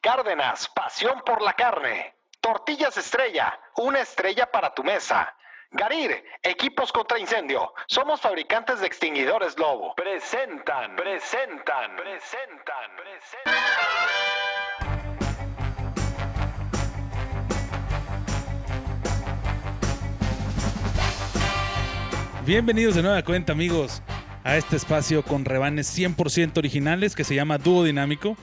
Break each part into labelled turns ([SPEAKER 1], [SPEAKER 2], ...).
[SPEAKER 1] Cárdenas, pasión por la carne. Tortillas estrella, una estrella para tu mesa. Garir, equipos contra incendio. Somos fabricantes de extinguidores Lobo. Presentan, presentan, presentan, presentan.
[SPEAKER 2] Bienvenidos de nueva cuenta, amigos, a este espacio con rebanes 100% originales que se llama Dúo Dinámico,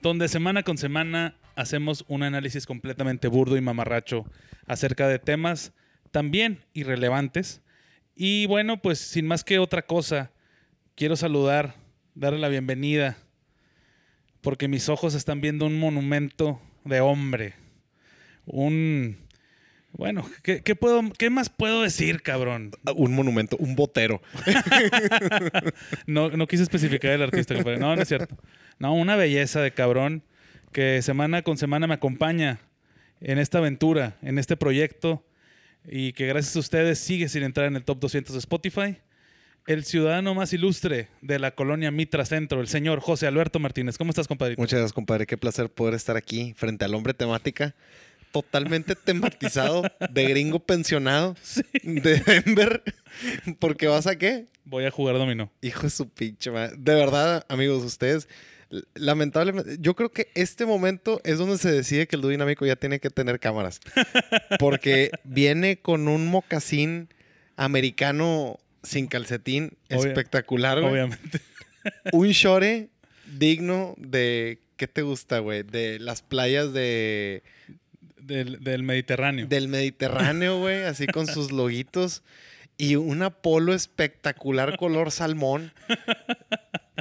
[SPEAKER 2] donde semana con semana hacemos un análisis completamente burdo y mamarracho acerca de temas también irrelevantes. Y bueno, pues sin más que otra cosa, quiero saludar, darle la bienvenida, porque mis ojos están viendo un monumento de hombre. Un. Bueno, ¿qué, qué puedo, ¿qué más puedo decir, cabrón?
[SPEAKER 3] Un monumento, un botero.
[SPEAKER 2] No, no quise especificar el artista. compadre. No, no es cierto. No, una belleza de cabrón que semana con semana me acompaña en esta aventura, en este proyecto y que gracias a ustedes sigue sin entrar en el top 200 de Spotify. El ciudadano más ilustre de la colonia Mitra Centro, el señor José Alberto Martínez. ¿Cómo estás, compadre?
[SPEAKER 3] Muchas gracias, compadre. Qué placer poder estar aquí frente al hombre temática. Totalmente tematizado, de gringo pensionado, de Denver. Porque vas a qué?
[SPEAKER 2] Voy a jugar dominó.
[SPEAKER 3] Hijo de su pinche madre. De verdad, amigos, ustedes, l- lamentablemente, yo creo que este momento es donde se decide que el dúo dinámico ya tiene que tener cámaras. Porque viene con un mocasín americano sin calcetín
[SPEAKER 2] Obvia-
[SPEAKER 3] espectacular, güey.
[SPEAKER 2] Obviamente.
[SPEAKER 3] un shore digno de. ¿Qué te gusta, güey? De las playas de,
[SPEAKER 2] Del, del Mediterráneo.
[SPEAKER 3] del Mediterráneo, güey, así con sus loguitos. Y una polo espectacular color salmón.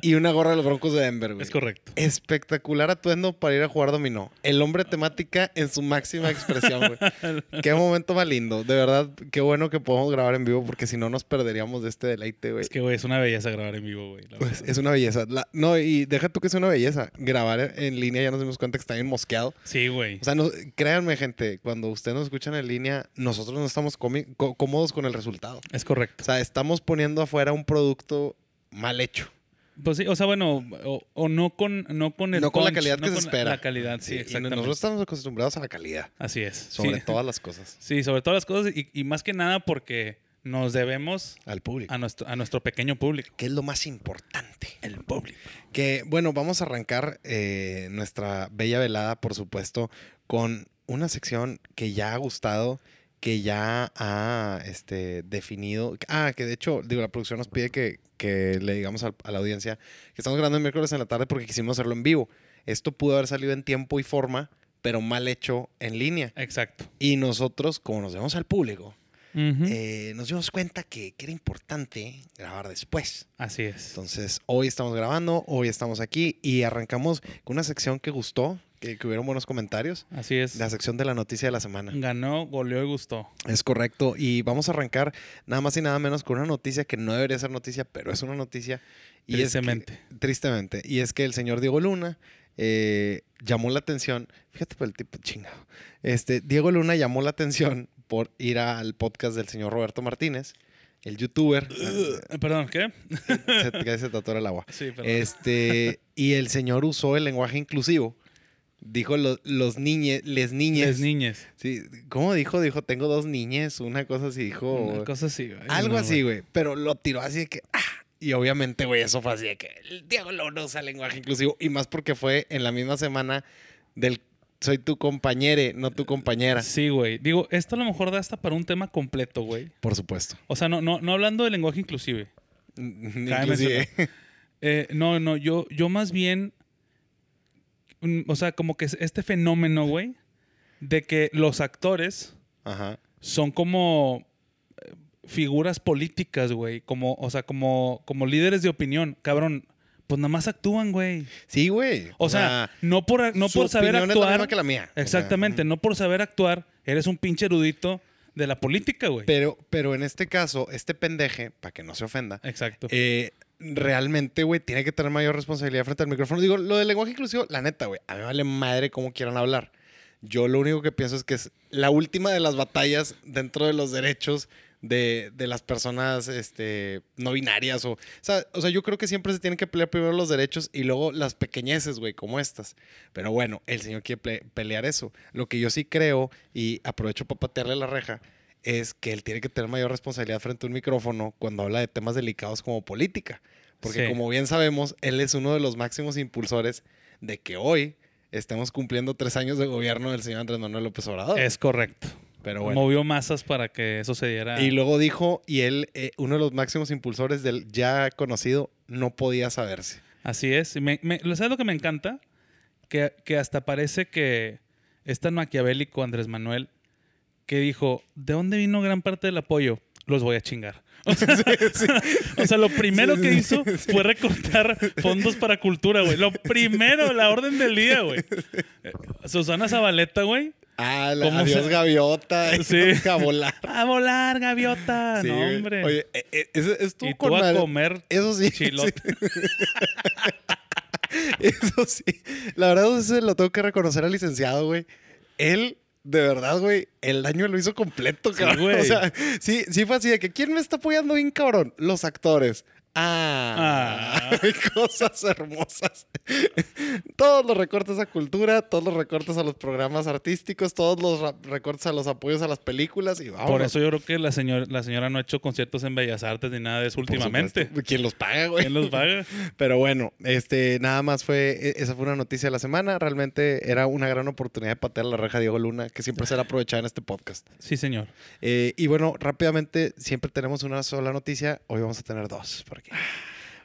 [SPEAKER 3] Y una gorra de los Broncos de Denver, güey.
[SPEAKER 2] Es correcto.
[SPEAKER 3] Espectacular atuendo para ir a jugar dominó. El hombre temática en su máxima expresión, güey. qué momento más lindo. De verdad, qué bueno que podemos grabar en vivo porque si no nos perderíamos de este deleite, güey.
[SPEAKER 2] Es que, güey, es una belleza grabar en vivo, güey. la
[SPEAKER 3] Pues
[SPEAKER 2] verdad.
[SPEAKER 3] es una belleza. La- no, y deja tú que es una belleza. Grabar en línea ya nos dimos cuenta que está bien mosqueado.
[SPEAKER 2] Sí, güey.
[SPEAKER 3] O sea, no- créanme, gente, cuando ustedes nos escuchan en línea, nosotros no estamos comi- co- cómodos con el resultado.
[SPEAKER 2] Es correcto.
[SPEAKER 3] O sea, estamos poniendo afuera un producto mal hecho.
[SPEAKER 2] Pues sí, o sea, bueno, o, o no con no con el
[SPEAKER 3] no con la
[SPEAKER 2] punch,
[SPEAKER 3] calidad
[SPEAKER 2] no
[SPEAKER 3] que se
[SPEAKER 2] con la-
[SPEAKER 3] espera.
[SPEAKER 2] La calidad, sí,
[SPEAKER 3] Y- y
[SPEAKER 2] exactamente.
[SPEAKER 3] nosotros estamos acostumbrados a la calidad,
[SPEAKER 2] Así es.
[SPEAKER 3] sobre
[SPEAKER 2] sí.
[SPEAKER 3] todas las cosas,
[SPEAKER 2] Sí, sobre todas las cosas y, y más que nada porque nos debemos
[SPEAKER 3] al público.
[SPEAKER 2] a nuestro, a nuestro pequeño público.
[SPEAKER 3] ¿Qué es lo más importante?
[SPEAKER 2] El público.
[SPEAKER 3] Que, bueno, vamos a arrancar eh, nuestra bella velada, por supuesto, con una sección que ya ha gustado, que ya ha este, definido. Ah, que de hecho, digo, la producción nos pide que, que le digamos al- a la audiencia que estamos grabando el miércoles en la tarde porque quisimos hacerlo en vivo. Esto pudo haber salido en tiempo y forma, pero mal hecho en línea.
[SPEAKER 2] Exacto.
[SPEAKER 3] Y nosotros, como nos vemos al público,
[SPEAKER 2] Ujú.
[SPEAKER 3] eh, nos dimos cuenta que, que era importante grabar después.
[SPEAKER 2] Así es.
[SPEAKER 3] Entonces, hoy estamos grabando, hoy estamos aquí y arrancamos con una sección que gustó, que, que hubieron buenos comentarios,
[SPEAKER 2] Así es.
[SPEAKER 3] la sección de la noticia de la semana.
[SPEAKER 2] Ganó, goleó y gustó.
[SPEAKER 3] Es correcto, y vamos a arrancar nada más y nada menos con una noticia que no debería ser noticia, pero es una noticia. Y es que-
[SPEAKER 2] Tristemente.
[SPEAKER 3] tristemente. Y es que el señor Diego Luna eh, llamó la atención, fíjate por el tipo chingado, este, Diego Luna llamó la atención por ir al podcast del señor Roberto Martínez, el youtuber,
[SPEAKER 2] Eh, Perdón, ¿qué?
[SPEAKER 3] se, que se te atora el agua.
[SPEAKER 2] Sí, perdón.
[SPEAKER 3] Este, y el señor usó el lenguaje inclusivo. Dijo lo- los niñes, les niñes.
[SPEAKER 2] Las niñas.
[SPEAKER 3] Sí, ¿Cómo dijo? Dijo, tengo dos niñes, una cosa así, dijo.
[SPEAKER 2] Una cosa así, güey.
[SPEAKER 3] algo
[SPEAKER 2] No,
[SPEAKER 3] así, güey. Pero lo tiró así de que. ¡ah! Y obviamente, güey, eso fue así de que el Diego Luna usa lenguaje inclusivo. Y más porque fue en la misma semana del soy tu compañere, no tu compañera.
[SPEAKER 2] Sí, güey. Digo, esto a lo mejor da hasta para un tema completo, güey.
[SPEAKER 3] Por supuesto.
[SPEAKER 2] O sea, no, no, no hablando de lenguaje inclusive. Cabe
[SPEAKER 3] Inclusive.
[SPEAKER 2] Eh, no, no, yo, yo más bien. mm, O sea, como que es este fenómeno, güey, de que los actores
[SPEAKER 3] Ajá.
[SPEAKER 2] son como eh, figuras políticas, güey. Como, o sea, como, como líderes de opinión. Cabrón, pues nada más actúan, güey.
[SPEAKER 3] Sí, güey.
[SPEAKER 2] O, sea, no por, no
[SPEAKER 3] su
[SPEAKER 2] por saber
[SPEAKER 3] opinión es la
[SPEAKER 2] actuar.
[SPEAKER 3] misma que la mía. O sea,
[SPEAKER 2] Exactamente, no por saber actuar, eres un pinche erudito de la política, güey.
[SPEAKER 3] Pero, pero en este caso, este pendeje, para que no se ofenda,
[SPEAKER 2] Exacto.
[SPEAKER 3] eh, realmente, güey, tiene que tener mayor responsabilidad frente al micrófono. Digo, lo del lenguaje inclusivo, la neta, güey, a mí me vale madre cómo quieran hablar. Yo lo único que pienso es que es la última de las batallas dentro de los derechos de, de las personas este, no binarias. O, o, sea, o sea, yo creo que siempre se tienen que pelear primero los derechos y luego las pequeñeces, güey, como estas. Pero bueno, el señor quiere ple- pelear eso. Lo que yo sí creo, y aprovecho para patearle la reja, es que él tiene que tener mayor responsabilidad frente a un micrófono cuando habla de temas delicados como política. Porque
[SPEAKER 2] Sí.
[SPEAKER 3] como bien sabemos, él es uno de los máximos impulsores de que hoy estemos cumpliendo tres años de gobierno del señor Andrés Manuel López Obrador.
[SPEAKER 2] Es correcto.
[SPEAKER 3] Pero bueno.
[SPEAKER 2] Movió masas para que eso se diera.
[SPEAKER 3] Y luego dijo, y él, eh, uno de los máximos impulsores del ya conocido, no podía saberse.
[SPEAKER 2] Así es. Y Me, me- ¿Sabes lo que me encanta? Que, que hasta parece que es tan maquiavélico Andrés Manuel que dijo, ¿de dónde vino gran parte del apoyo? Los voy a chingar. O sea, o sea, lo primero
[SPEAKER 3] Sí,
[SPEAKER 2] que
[SPEAKER 3] sí,
[SPEAKER 2] hizo fue recortar fondos para cultura, güey. Lo primero, la orden del día, güey. Eh, Susana Zabaleta, güey.
[SPEAKER 3] Ah, la,
[SPEAKER 2] ¿Cómo
[SPEAKER 3] adiós
[SPEAKER 2] se-
[SPEAKER 3] gaviota,
[SPEAKER 2] Sí.
[SPEAKER 3] sí. a volar.
[SPEAKER 2] A volar, gaviota.
[SPEAKER 3] Sí,
[SPEAKER 2] no,
[SPEAKER 3] güey.
[SPEAKER 2] hombre.
[SPEAKER 3] Oye, eh, eh, eso estuvo
[SPEAKER 2] y tú
[SPEAKER 3] con
[SPEAKER 2] a
[SPEAKER 3] madre.
[SPEAKER 2] comer
[SPEAKER 3] Eso sí.
[SPEAKER 2] chilote.
[SPEAKER 3] sí, Eso sí. La verdad, eso se lo tengo que reconocer al licenciado, güey. Él, de verdad, güey, el daño lo hizo completo, cabrón.
[SPEAKER 2] güey.
[SPEAKER 3] O sea, sí, sí fue así de que ¿quién me está apoyando bien, cabrón? Los actores. Ah,
[SPEAKER 2] Ah.
[SPEAKER 3] cosas hermosas. todos los recortes a cultura, todos los recortes a los programas artísticos, todos los ra- recortes a los apoyos a las películas y vamos.
[SPEAKER 2] Por eso yo creo que la, señor, la señora no ha hecho conciertos en Bellas Artes ni nada de eso últimamente.
[SPEAKER 3] ¿Quién los paga, güey?
[SPEAKER 2] ¿Quién los paga?
[SPEAKER 3] Pero bueno, este, nada más fue, e- esa fue una noticia de la semana. Realmente era una gran oportunidad de patear la reja a Diego Luna, que siempre será aprovechada en este podcast.
[SPEAKER 2] Sí, señor.
[SPEAKER 3] Eh, y bueno, rápidamente, siempre tenemos una sola noticia, hoy vamos a tener dos. Porque,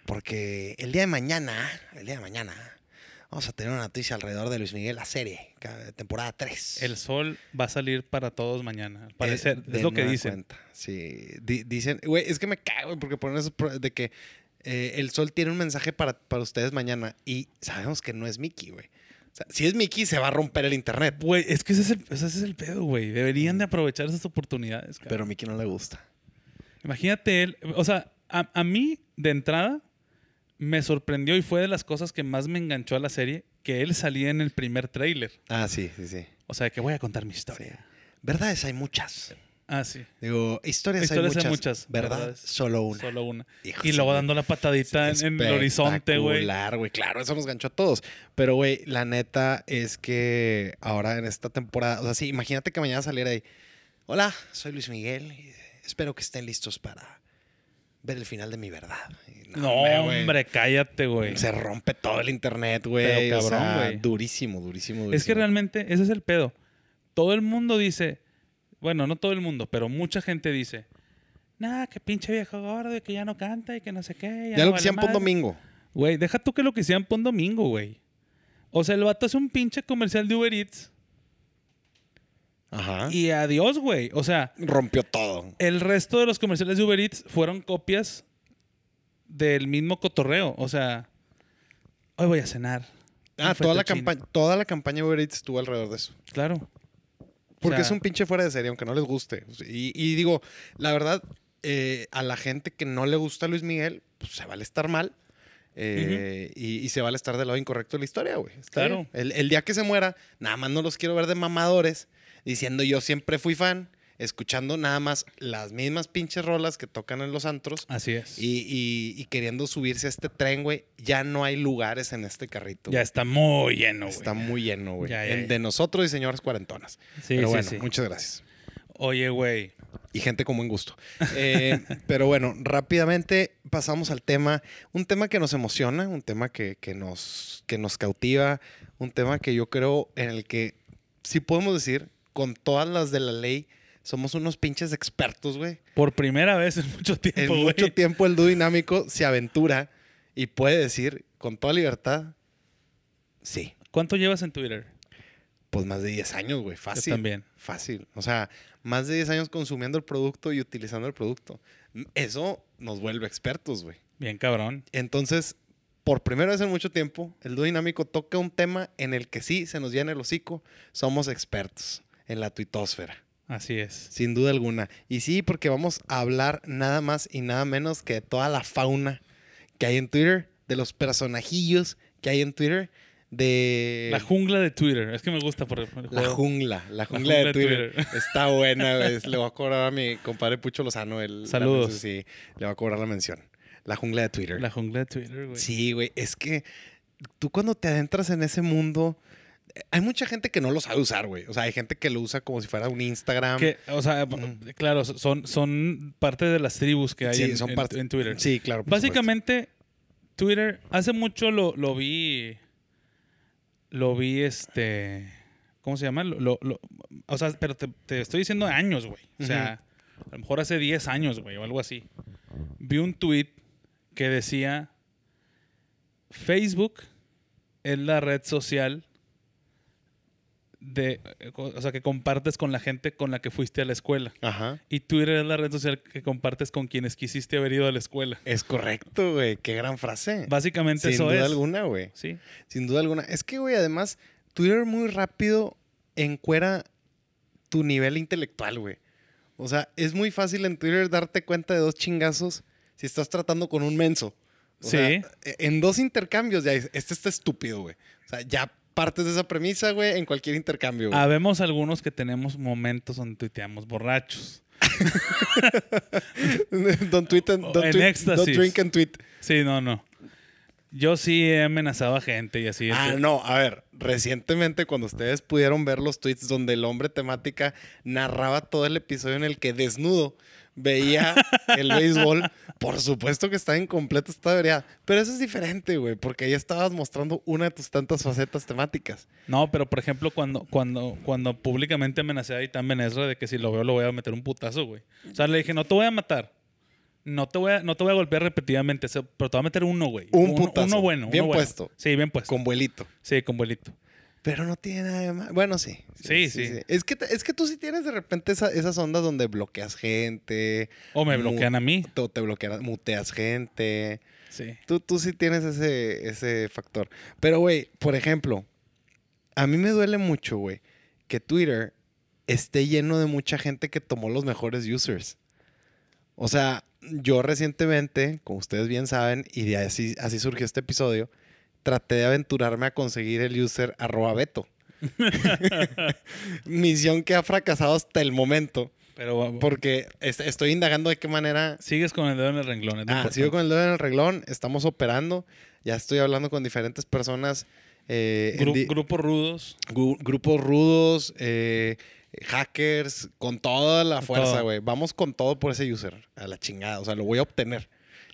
[SPEAKER 3] porque el día de mañana, el día de mañana, vamos a tener una noticia alrededor de Luis Miguel, la serie, ca- temporada 3.
[SPEAKER 2] El sol va a salir para todos mañana. Al parecer,
[SPEAKER 3] Eh, de
[SPEAKER 2] es lo que
[SPEAKER 3] nueva
[SPEAKER 2] dicen.
[SPEAKER 3] cuenta, Sí, Di- dicen, güey, es que me cago, güey, porque ponen eso pro- de que eh, el sol tiene un mensaje para, para ustedes mañana y sabemos que no es Mickey, güey. O sea, si es Mickey, se va a romper el internet.
[SPEAKER 2] Güey, es que ese es el, ese es el pedo, güey. Deberían de aprovechar esas oportunidades. cabrón.
[SPEAKER 3] Pero a Mickey no le gusta.
[SPEAKER 2] Imagínate él. O sea, a, a mí, de entrada, me sorprendió y fue de las cosas que más me enganchó a la serie que él salía en el primer tráiler.
[SPEAKER 3] Ah, sí, sí, sí.
[SPEAKER 2] O sea, que voy a contar mi historia.
[SPEAKER 3] Verdades hay muchas.
[SPEAKER 2] Ah, sí.
[SPEAKER 3] Digo, historias,
[SPEAKER 2] Historias hay
[SPEAKER 3] hay muchas.
[SPEAKER 2] muchas,
[SPEAKER 3] ¿Verdad?
[SPEAKER 2] verdades.
[SPEAKER 3] Solo una.
[SPEAKER 2] Solo una.
[SPEAKER 3] Hijo
[SPEAKER 2] Y
[SPEAKER 3] de
[SPEAKER 2] luego
[SPEAKER 3] su-
[SPEAKER 2] dando la patadita en- en el horizonte, güey.
[SPEAKER 3] Espectacular, güey. Claro, eso nos ganchó a todos. Pero, güey, la neta es que ahora en esta temporada, o sea, sí, imagínate que mañana saliera ahí. Hola, soy Luis Miguel. y Espero que estén listos para ver el final de mi verdad. Y
[SPEAKER 2] No,
[SPEAKER 3] güey.
[SPEAKER 2] hombre, cállate, güey.
[SPEAKER 3] Se rompe todo el internet, güey.
[SPEAKER 2] Pero
[SPEAKER 3] O
[SPEAKER 2] cabrón,
[SPEAKER 3] sea,
[SPEAKER 2] güey.
[SPEAKER 3] durísimo, durísimo, durísimo.
[SPEAKER 2] Es que realmente ese es el pedo. Todo el mundo dice, bueno, no todo el mundo, pero mucha gente dice, nada, que pinche viejo gordo y que ya no canta y que no sé qué.
[SPEAKER 3] Ya lo
[SPEAKER 2] no
[SPEAKER 3] que
[SPEAKER 2] vale
[SPEAKER 3] hacían por un
[SPEAKER 2] madre".
[SPEAKER 3] domingo.
[SPEAKER 2] Güey, deja tú que lo que hicieran por un domingo, güey. O sea, el vato hace un pinche comercial de Uber Eats
[SPEAKER 3] Ajá. Y
[SPEAKER 2] y adiós, güey. O sea,
[SPEAKER 3] rompió todo.
[SPEAKER 2] el resto de los comerciales de Uber Eats fueron copias del mismo cotorreo. O sea, hoy voy a cenar.
[SPEAKER 3] Ah,
[SPEAKER 2] Un
[SPEAKER 3] toda la,
[SPEAKER 2] fettuccine.
[SPEAKER 3] campa- toda la campaña de Uber Eats estuvo alrededor de eso.
[SPEAKER 2] Claro.
[SPEAKER 3] Porque
[SPEAKER 2] O sea,
[SPEAKER 3] es un pinche fuera de serie, aunque no les guste. Y, y digo, la verdad, eh, a la gente que no le gusta Luis Miguel, pues se vale estar mal. eh, y, y se vale estar del lado incorrecto de la historia, güey. Está
[SPEAKER 2] Claro.
[SPEAKER 3] bien. El, el día que se muera, nada más no los quiero ver de mamadores, diciendo yo siempre fui fan, escuchando nada más las mismas pinches rolas que tocan en los antros
[SPEAKER 2] Así es.
[SPEAKER 3] y, y- y queriendo subirse a este tren, güey. Ya no hay lugares en este carrito.
[SPEAKER 2] ya
[SPEAKER 3] güey.
[SPEAKER 2] está muy lleno, güey.
[SPEAKER 3] Está muy lleno, güey.
[SPEAKER 2] Ya, ya,
[SPEAKER 3] En-
[SPEAKER 2] ya.
[SPEAKER 3] De nosotros y señoras cuarentonas.
[SPEAKER 2] Sí,
[SPEAKER 3] Pero
[SPEAKER 2] sí,
[SPEAKER 3] bueno,
[SPEAKER 2] sí.
[SPEAKER 3] muchas gracias.
[SPEAKER 2] Oye, güey.
[SPEAKER 3] y gente con buen gusto. Eh, pero bueno, rápidamente pasamos al tema, un tema que nos emociona, un tema que, que nos, que nos cautiva, un tema que yo creo en el que sí podemos decir, con todas las de la ley, somos unos pinches expertos, güey.
[SPEAKER 2] Por primera vez en mucho
[SPEAKER 3] En
[SPEAKER 2] tiempo, güey.
[SPEAKER 3] mucho tiempo el dúo dinámico se aventura y puede decir con toda libertad, sí,
[SPEAKER 2] ¿Cuánto llevas en Twitter?
[SPEAKER 3] pues más de 10 años, güey, fácil.
[SPEAKER 2] Yo también.
[SPEAKER 3] Fácil. O sea, más de 10 años consumiendo el producto y utilizando el producto. Eso nos vuelve expertos, güey.
[SPEAKER 2] Bien cabrón.
[SPEAKER 3] Entonces, por primera vez en mucho tiempo, el dúo dinámico toca un tema en el que sí se nos llena el hocico. Somos expertos en la tuitosfera,
[SPEAKER 2] Así es.
[SPEAKER 3] sin duda alguna. Y sí, porque vamos a hablar nada más y nada menos que de toda la fauna que hay en Twitter, de los personajillos que hay en Twitter, de...
[SPEAKER 2] La jungla de Twitter. Es que me gusta por el
[SPEAKER 3] Eh, La
[SPEAKER 2] juego.
[SPEAKER 3] jungla, la jungla,
[SPEAKER 2] jungla
[SPEAKER 3] de
[SPEAKER 2] de
[SPEAKER 3] Twitter.
[SPEAKER 2] Twitter.
[SPEAKER 3] Está buena, güey. Le voy a cobrar a mi compadre Pucho Lozano. El, la
[SPEAKER 2] Saludos.
[SPEAKER 3] mención, sí, le voy a cobrar la mención. La jungla de Twitter.
[SPEAKER 2] La jungla de Twitter, güey.
[SPEAKER 3] Sí, güey. Es que tú cuando te adentras en ese mundo, eh, hay mucha gente que no lo sabe usar, güey. O sea, hay gente que lo usa como si fuera un Instagram.
[SPEAKER 2] Que, o sea,
[SPEAKER 3] Mm.
[SPEAKER 2] claro, son, son parte de las tribus que hay
[SPEAKER 3] Sí,
[SPEAKER 2] en,
[SPEAKER 3] son
[SPEAKER 2] en-
[SPEAKER 3] parte-
[SPEAKER 2] en Twitter.
[SPEAKER 3] Sí, claro. por
[SPEAKER 2] Básicamente, Twitter, hace mucho lo, lo vi. Lo vi, este. ¿Cómo se llama? Lo- lo- lo- o sea, pero te, te estoy diciendo años, güey. O sea, a lo mejor hace 10 años, güey, o algo así. Vi un tweet que decía: Facebook es la red social de. O sea, que compartes con la gente con la que fuiste a la escuela.
[SPEAKER 3] supuesto. Ajá.
[SPEAKER 2] Y Twitter es la red social que compartes con quienes quisiste haber ido a la escuela.
[SPEAKER 3] Es correcto, güey. Qué gran frase.
[SPEAKER 2] Básicamente
[SPEAKER 3] Sin
[SPEAKER 2] eso
[SPEAKER 3] duda
[SPEAKER 2] es.
[SPEAKER 3] alguna, güey.
[SPEAKER 2] Sí.
[SPEAKER 3] Sin duda alguna. Es que, güey, además, Twitter muy rápido encuera tu nivel intelectual, güey. O sea, es muy fácil en Twitter darte cuenta de dos chingazos si estás tratando con un menso. O
[SPEAKER 2] Sí.
[SPEAKER 3] sea, e- en dos intercambios ya dices, este está estúpido, güey. O sea, ya partes de esa premisa, güey, en cualquier intercambio, güey.
[SPEAKER 2] Habemos algunos que tenemos momentos donde tuiteamos borrachos.
[SPEAKER 3] don't tweet and, don't
[SPEAKER 2] En
[SPEAKER 3] tweet-
[SPEAKER 2] éxtasis.
[SPEAKER 3] don't drink and tweet.
[SPEAKER 2] Sí, no, no. Yo sí he amenazado a gente y así.
[SPEAKER 3] Ah,
[SPEAKER 2] este-
[SPEAKER 3] no, a ver, recientemente cuando ustedes pudieron ver los tweets donde el hombre temática narraba todo el episodio en el que desnudo veía el béisbol, por supuesto que estaba incompleta esta variedad, pero eso es diferente, güey, porque ahí estabas mostrando una de tus tantas facetas temáticas.
[SPEAKER 2] No, pero por ejemplo, cuando, cuando, cuando públicamente amenacé a Itán Benesra de que si lo veo lo voy a meter un putazo, güey. O sea, le dije, no te voy a matar. No te voy a, no te voy a golpear repetidamente, se- pero te voy a meter uno, güey.
[SPEAKER 3] Un
[SPEAKER 2] Uno-
[SPEAKER 3] putazo.
[SPEAKER 2] Uno bueno.
[SPEAKER 3] Bien
[SPEAKER 2] uno bueno.
[SPEAKER 3] puesto.
[SPEAKER 2] Sí, bien puesto.
[SPEAKER 3] Con vuelito.
[SPEAKER 2] Sí, con vuelito.
[SPEAKER 3] Pero no tiene nada de malo. Bueno, sí.
[SPEAKER 2] Sí, sí.
[SPEAKER 3] Es, que, te- es que tú sí tienes de repente esa- esas ondas donde bloqueas gente,
[SPEAKER 2] O me
[SPEAKER 3] Mu-
[SPEAKER 2] bloquean a mí.
[SPEAKER 3] o te bloqueas, muteas gente.
[SPEAKER 2] Sí.
[SPEAKER 3] Tú, tú sí tienes ese, ese factor. Pero, güey, por ejemplo, a mí me duele mucho, güey, que Twitter esté lleno de mucha gente que tomó los mejores users. O sea, yo recientemente, como ustedes bien saben, y de así, así surgió este episodio, traté de aventurarme a conseguir el user arroba beto. Misión que ha fracasado hasta el momento,
[SPEAKER 2] Pero
[SPEAKER 3] porque es- estoy indagando de qué manera
[SPEAKER 2] Sigues con el dedo en el renglón. es lo
[SPEAKER 3] Ah,
[SPEAKER 2] importante.
[SPEAKER 3] sigo con el dedo en el reglón, estamos operando, ya estoy hablando con diferentes personas, eh, en
[SPEAKER 2] Gru-
[SPEAKER 3] di-
[SPEAKER 2] grupos rudos.
[SPEAKER 3] gru- grupos rudos, eh, hackers, con toda la
[SPEAKER 2] Con
[SPEAKER 3] fuerza,
[SPEAKER 2] todo.
[SPEAKER 3] güey. Vamos con todo por ese user, a la chingada, o sea, lo voy a obtener.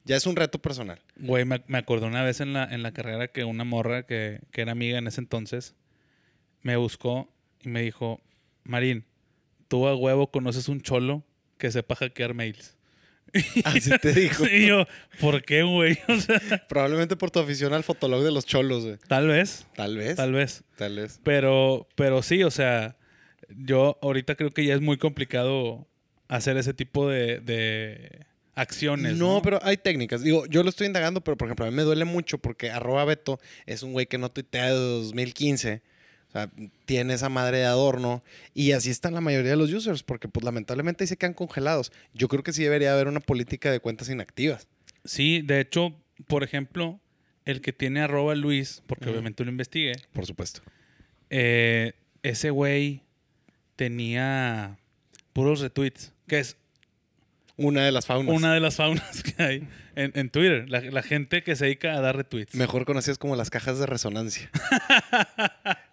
[SPEAKER 3] Ya es un reto personal.
[SPEAKER 2] Güey, me, me acordé una vez en la, en la carrera que una morra que, que era amiga en ese entonces me buscó y me dijo: Marín, tú a huevo conoces un cholo que sepa hackear mails.
[SPEAKER 3] Así te digo.
[SPEAKER 2] y yo, ¿por qué, güey? O sea,
[SPEAKER 3] Probablemente por tu afición al fotolog de los cholos, güey.
[SPEAKER 2] tal vez,
[SPEAKER 3] Tal vez.
[SPEAKER 2] tal
[SPEAKER 3] Tal,
[SPEAKER 2] vez.
[SPEAKER 3] vez.
[SPEAKER 2] Pero, pero sí, o sea, yo ahorita creo que ya es muy complicado hacer ese tipo de, de acciones.
[SPEAKER 3] No,
[SPEAKER 2] No,
[SPEAKER 3] pero hay técnicas. Digo, yo lo estoy indagando, pero por ejemplo, a mí me duele mucho porque arroba Beto es un güey que no tuitea de 2015. O sea, tiene esa madre de adorno. Y así están la mayoría de los users, porque pues lamentablemente ahí se quedan congelados. Yo creo que sí debería haber una política de cuentas inactivas.
[SPEAKER 2] Sí, de hecho, por ejemplo, el que tiene arroba Luis, porque
[SPEAKER 3] Ujú.
[SPEAKER 2] obviamente lo investigué,
[SPEAKER 3] Por supuesto.
[SPEAKER 2] eh, ese güey tenía puros retweets, que es
[SPEAKER 3] Una de las faunas.
[SPEAKER 2] una de las faunas que hay en, en Twitter. La, la gente que se dedica a dar retweets.
[SPEAKER 3] Mejor conocidas como las cajas de resonancia.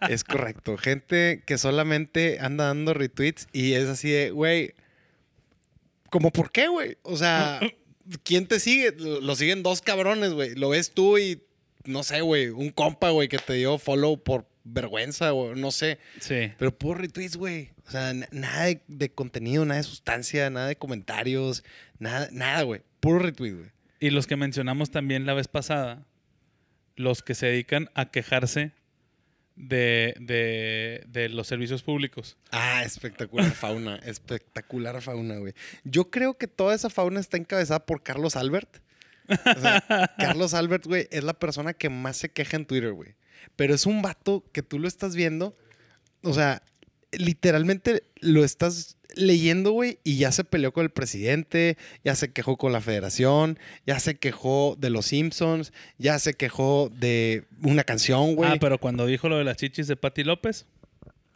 [SPEAKER 3] es correcto. Gente que solamente anda dando retweets y es así de, güey, ¿como por qué, güey? O sea, ¿quién te sigue? Lo lo siguen dos cabrones, güey. Lo ves tú y, no sé, güey, un compa, güey, que te dio follow por vergüenza, o no sé.
[SPEAKER 2] Sí.
[SPEAKER 3] Pero puros retweets, güey. O sea, n- nada de, de contenido, nada de sustancia, nada de comentarios, nada, nada, güey. Puro retweet, güey.
[SPEAKER 2] Y los que mencionamos también la vez pasada, los que se dedican a quejarse de, de- de los servicios públicos.
[SPEAKER 3] Ah, espectacular fauna, espectacular fauna, güey. Yo creo que toda esa fauna está encabezada por Carlos Albert. O sea, Carlos Albert, güey, es la persona que más se queja en Twitter, güey. Pero es un vato que tú lo estás viendo, o sea, literalmente lo estás leyendo, güey, y ya se peleó con el presidente, ya se quejó con la federación, ya se quejó de los Simpsons, ya se quejó de una canción, güey.
[SPEAKER 2] Ah, pero cuando dijo lo de las chichis de Patti López,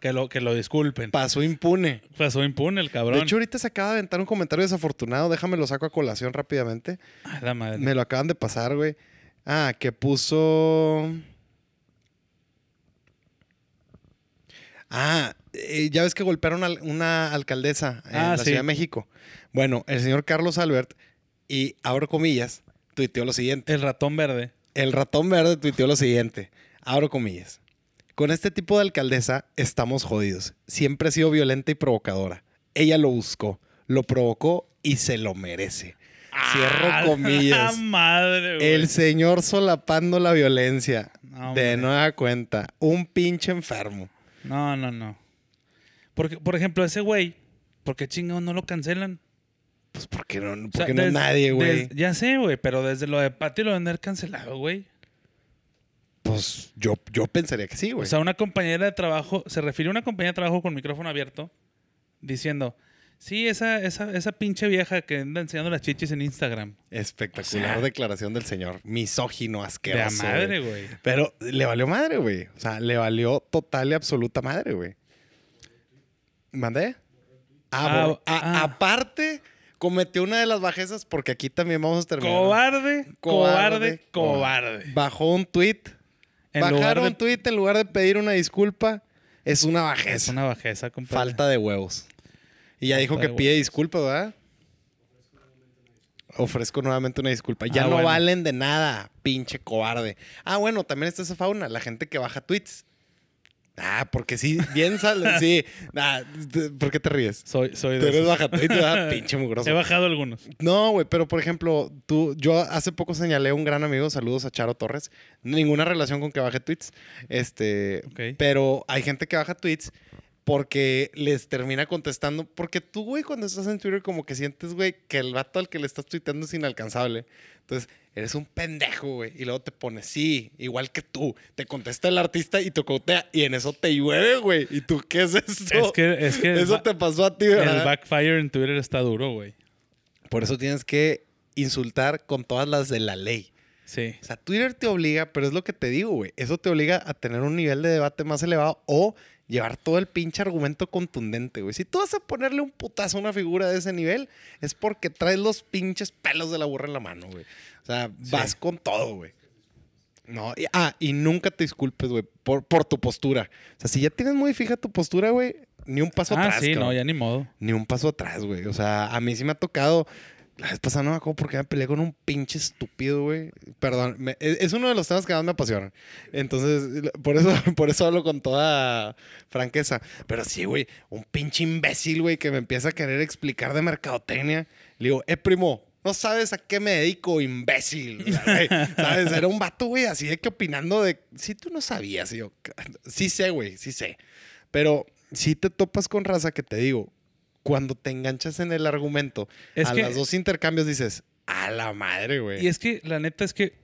[SPEAKER 2] que lo, que lo disculpen.
[SPEAKER 3] Pasó impune.
[SPEAKER 2] Pasó impune el cabrón.
[SPEAKER 3] De hecho, ahorita se acaba de aventar un comentario desafortunado. Déjame lo saco a colación rápidamente.
[SPEAKER 2] Ah, la madre.
[SPEAKER 3] Me lo acaban de pasar, güey. Ah, que puso. Ah, eh, ya ves que golpearon a una alcaldesa en
[SPEAKER 2] Ah,
[SPEAKER 3] la
[SPEAKER 2] sí.
[SPEAKER 3] Ciudad de México. Bueno, el señor Carlos Albert, y abro comillas, tuiteó lo siguiente.
[SPEAKER 2] El ratón verde.
[SPEAKER 3] El ratón verde tuiteó lo siguiente. Abro comillas. Con este tipo de alcaldesa estamos jodidos. Siempre ha sido violenta y provocadora. Ella lo buscó, lo provocó y se lo merece. Cierro
[SPEAKER 2] Ah,
[SPEAKER 3] comillas.
[SPEAKER 2] la madre, güey.
[SPEAKER 3] El señor solapando la violencia.
[SPEAKER 2] No, hombre.
[SPEAKER 3] de nueva cuenta. Un pinche enfermo.
[SPEAKER 2] No, no, no. Porque, por ejemplo, ese güey, ¿por qué chingados no lo cancelan?
[SPEAKER 3] Pues porque no,
[SPEAKER 2] O sea,
[SPEAKER 3] porque no
[SPEAKER 2] des-
[SPEAKER 3] nadie, güey.
[SPEAKER 2] des- Ya sé, güey, pero desde lo de Patti lo deben haber cancelado, güey.
[SPEAKER 3] Pues yo, yo pensaría que sí, güey.
[SPEAKER 2] O sea, una compañera de trabajo, se refirió a una compañera de trabajo con micrófono abierto, diciendo, sí, esa, esa, esa pinche vieja que anda enseñando las chichis en Instagram.
[SPEAKER 3] Espectacular
[SPEAKER 2] o sea-
[SPEAKER 3] declaración del señor. Misógino,
[SPEAKER 2] De la
[SPEAKER 3] asqueroso.
[SPEAKER 2] madre,
[SPEAKER 3] güey.
[SPEAKER 2] güey.
[SPEAKER 3] Pero le valió madre, güey. O sea, le valió total y absoluta madre, güey. ¿Mandé? Ah,
[SPEAKER 2] Ah,
[SPEAKER 3] bor- a-
[SPEAKER 2] ah.
[SPEAKER 3] Aparte, cometió una de las bajezas porque aquí también vamos a terminar.
[SPEAKER 2] Cobarde, cobarde,
[SPEAKER 3] cobarde.
[SPEAKER 2] cobarde.
[SPEAKER 3] Bajó un tweet.
[SPEAKER 2] En lugar
[SPEAKER 3] Bajar
[SPEAKER 2] de...
[SPEAKER 3] un tweet en lugar de pedir una disculpa es una bajeza.
[SPEAKER 2] Es una bajeza, compadre.
[SPEAKER 3] Falta de huevos. Y ya dijo
[SPEAKER 2] Falta
[SPEAKER 3] que
[SPEAKER 2] de
[SPEAKER 3] pide
[SPEAKER 2] huevos.
[SPEAKER 3] disculpas, ¿verdad? Ofrezco nuevamente una disculpa. Ya
[SPEAKER 2] Ah,
[SPEAKER 3] no
[SPEAKER 2] bueno.
[SPEAKER 3] valen de nada, pinche cobarde. Ah, bueno, también está esa fauna, la gente que baja tweets. Ah, porque sí, bien salen, sí. Ah, t- ¿Por qué te ríes?
[SPEAKER 2] Soy, soy
[SPEAKER 3] Tú
[SPEAKER 2] de
[SPEAKER 3] eres
[SPEAKER 2] esos.
[SPEAKER 3] baja tweets, ¿verdad? Pinche mugroso.
[SPEAKER 2] He bajado algunos.
[SPEAKER 3] No, güey, pero por ejemplo, tú, yo hace poco señalé a un gran amigo, saludos a Charo Torres, ninguna relación con que baje tweets, este,
[SPEAKER 2] Ok.
[SPEAKER 3] pero hay gente que baja tweets porque les termina contestando, porque tú, güey, cuando estás en Twitter como que sientes, güey, que el vato al que le estás tuiteando es inalcanzable, entonces eres un pendejo, güey, y luego te pones, sí, igual que tú, te contesta el artista y te cotea, y en eso te llueve, güey, y tú, ¿qué es esto?
[SPEAKER 2] Es que, es que el
[SPEAKER 3] eso
[SPEAKER 2] ba-
[SPEAKER 3] te pasó a ti, ¿verdad?
[SPEAKER 2] el backfire en Twitter está duro, güey.
[SPEAKER 3] Por eso tienes que insultar con todas las de la ley.
[SPEAKER 2] Sí.
[SPEAKER 3] O sea, Twitter te obliga, pero es lo que te digo, güey. Eso te obliga a tener un nivel de debate más elevado o llevar todo el pinche argumento contundente, güey. Si tú vas a ponerle un putazo a una figura de ese nivel, es porque traes los pinches pelos de la burra en la mano, güey. O sea, vas con todo, güey. No, y- ah, y nunca te disculpes, güey, por, por tu postura. O sea, si ya tienes muy fija tu postura, güey, ni un paso
[SPEAKER 2] Ah,
[SPEAKER 3] atrás.
[SPEAKER 2] sí, no,
[SPEAKER 3] cabrón
[SPEAKER 2] ya ni modo.
[SPEAKER 3] ni un paso atrás, güey. O sea, a mí sí me ha tocado. La vez pasada no me acuerdo porque me peleé con un pinche estúpido, güey. Perdón, me- es, es uno de los temas que más me apasionan. Entonces, por eso, por eso hablo con toda franqueza. Pero sí, güey, un pinche imbécil, güey, que me empieza a querer explicar de mercadotecnia. Le digo, eh, primo, no sabes a qué me dedico, imbécil. O sea, güey, ¿Sabes? Era un vato, güey, así de que opinando de. Si tú no sabías, Y yo, sí sé, güey, sí sé. Pero si te topas con raza que te digo, cuando te enganchas en el argumento,
[SPEAKER 2] Es
[SPEAKER 3] a
[SPEAKER 2] que-
[SPEAKER 3] los dos intercambios dices, a la madre, güey.
[SPEAKER 2] Y es que la neta es que,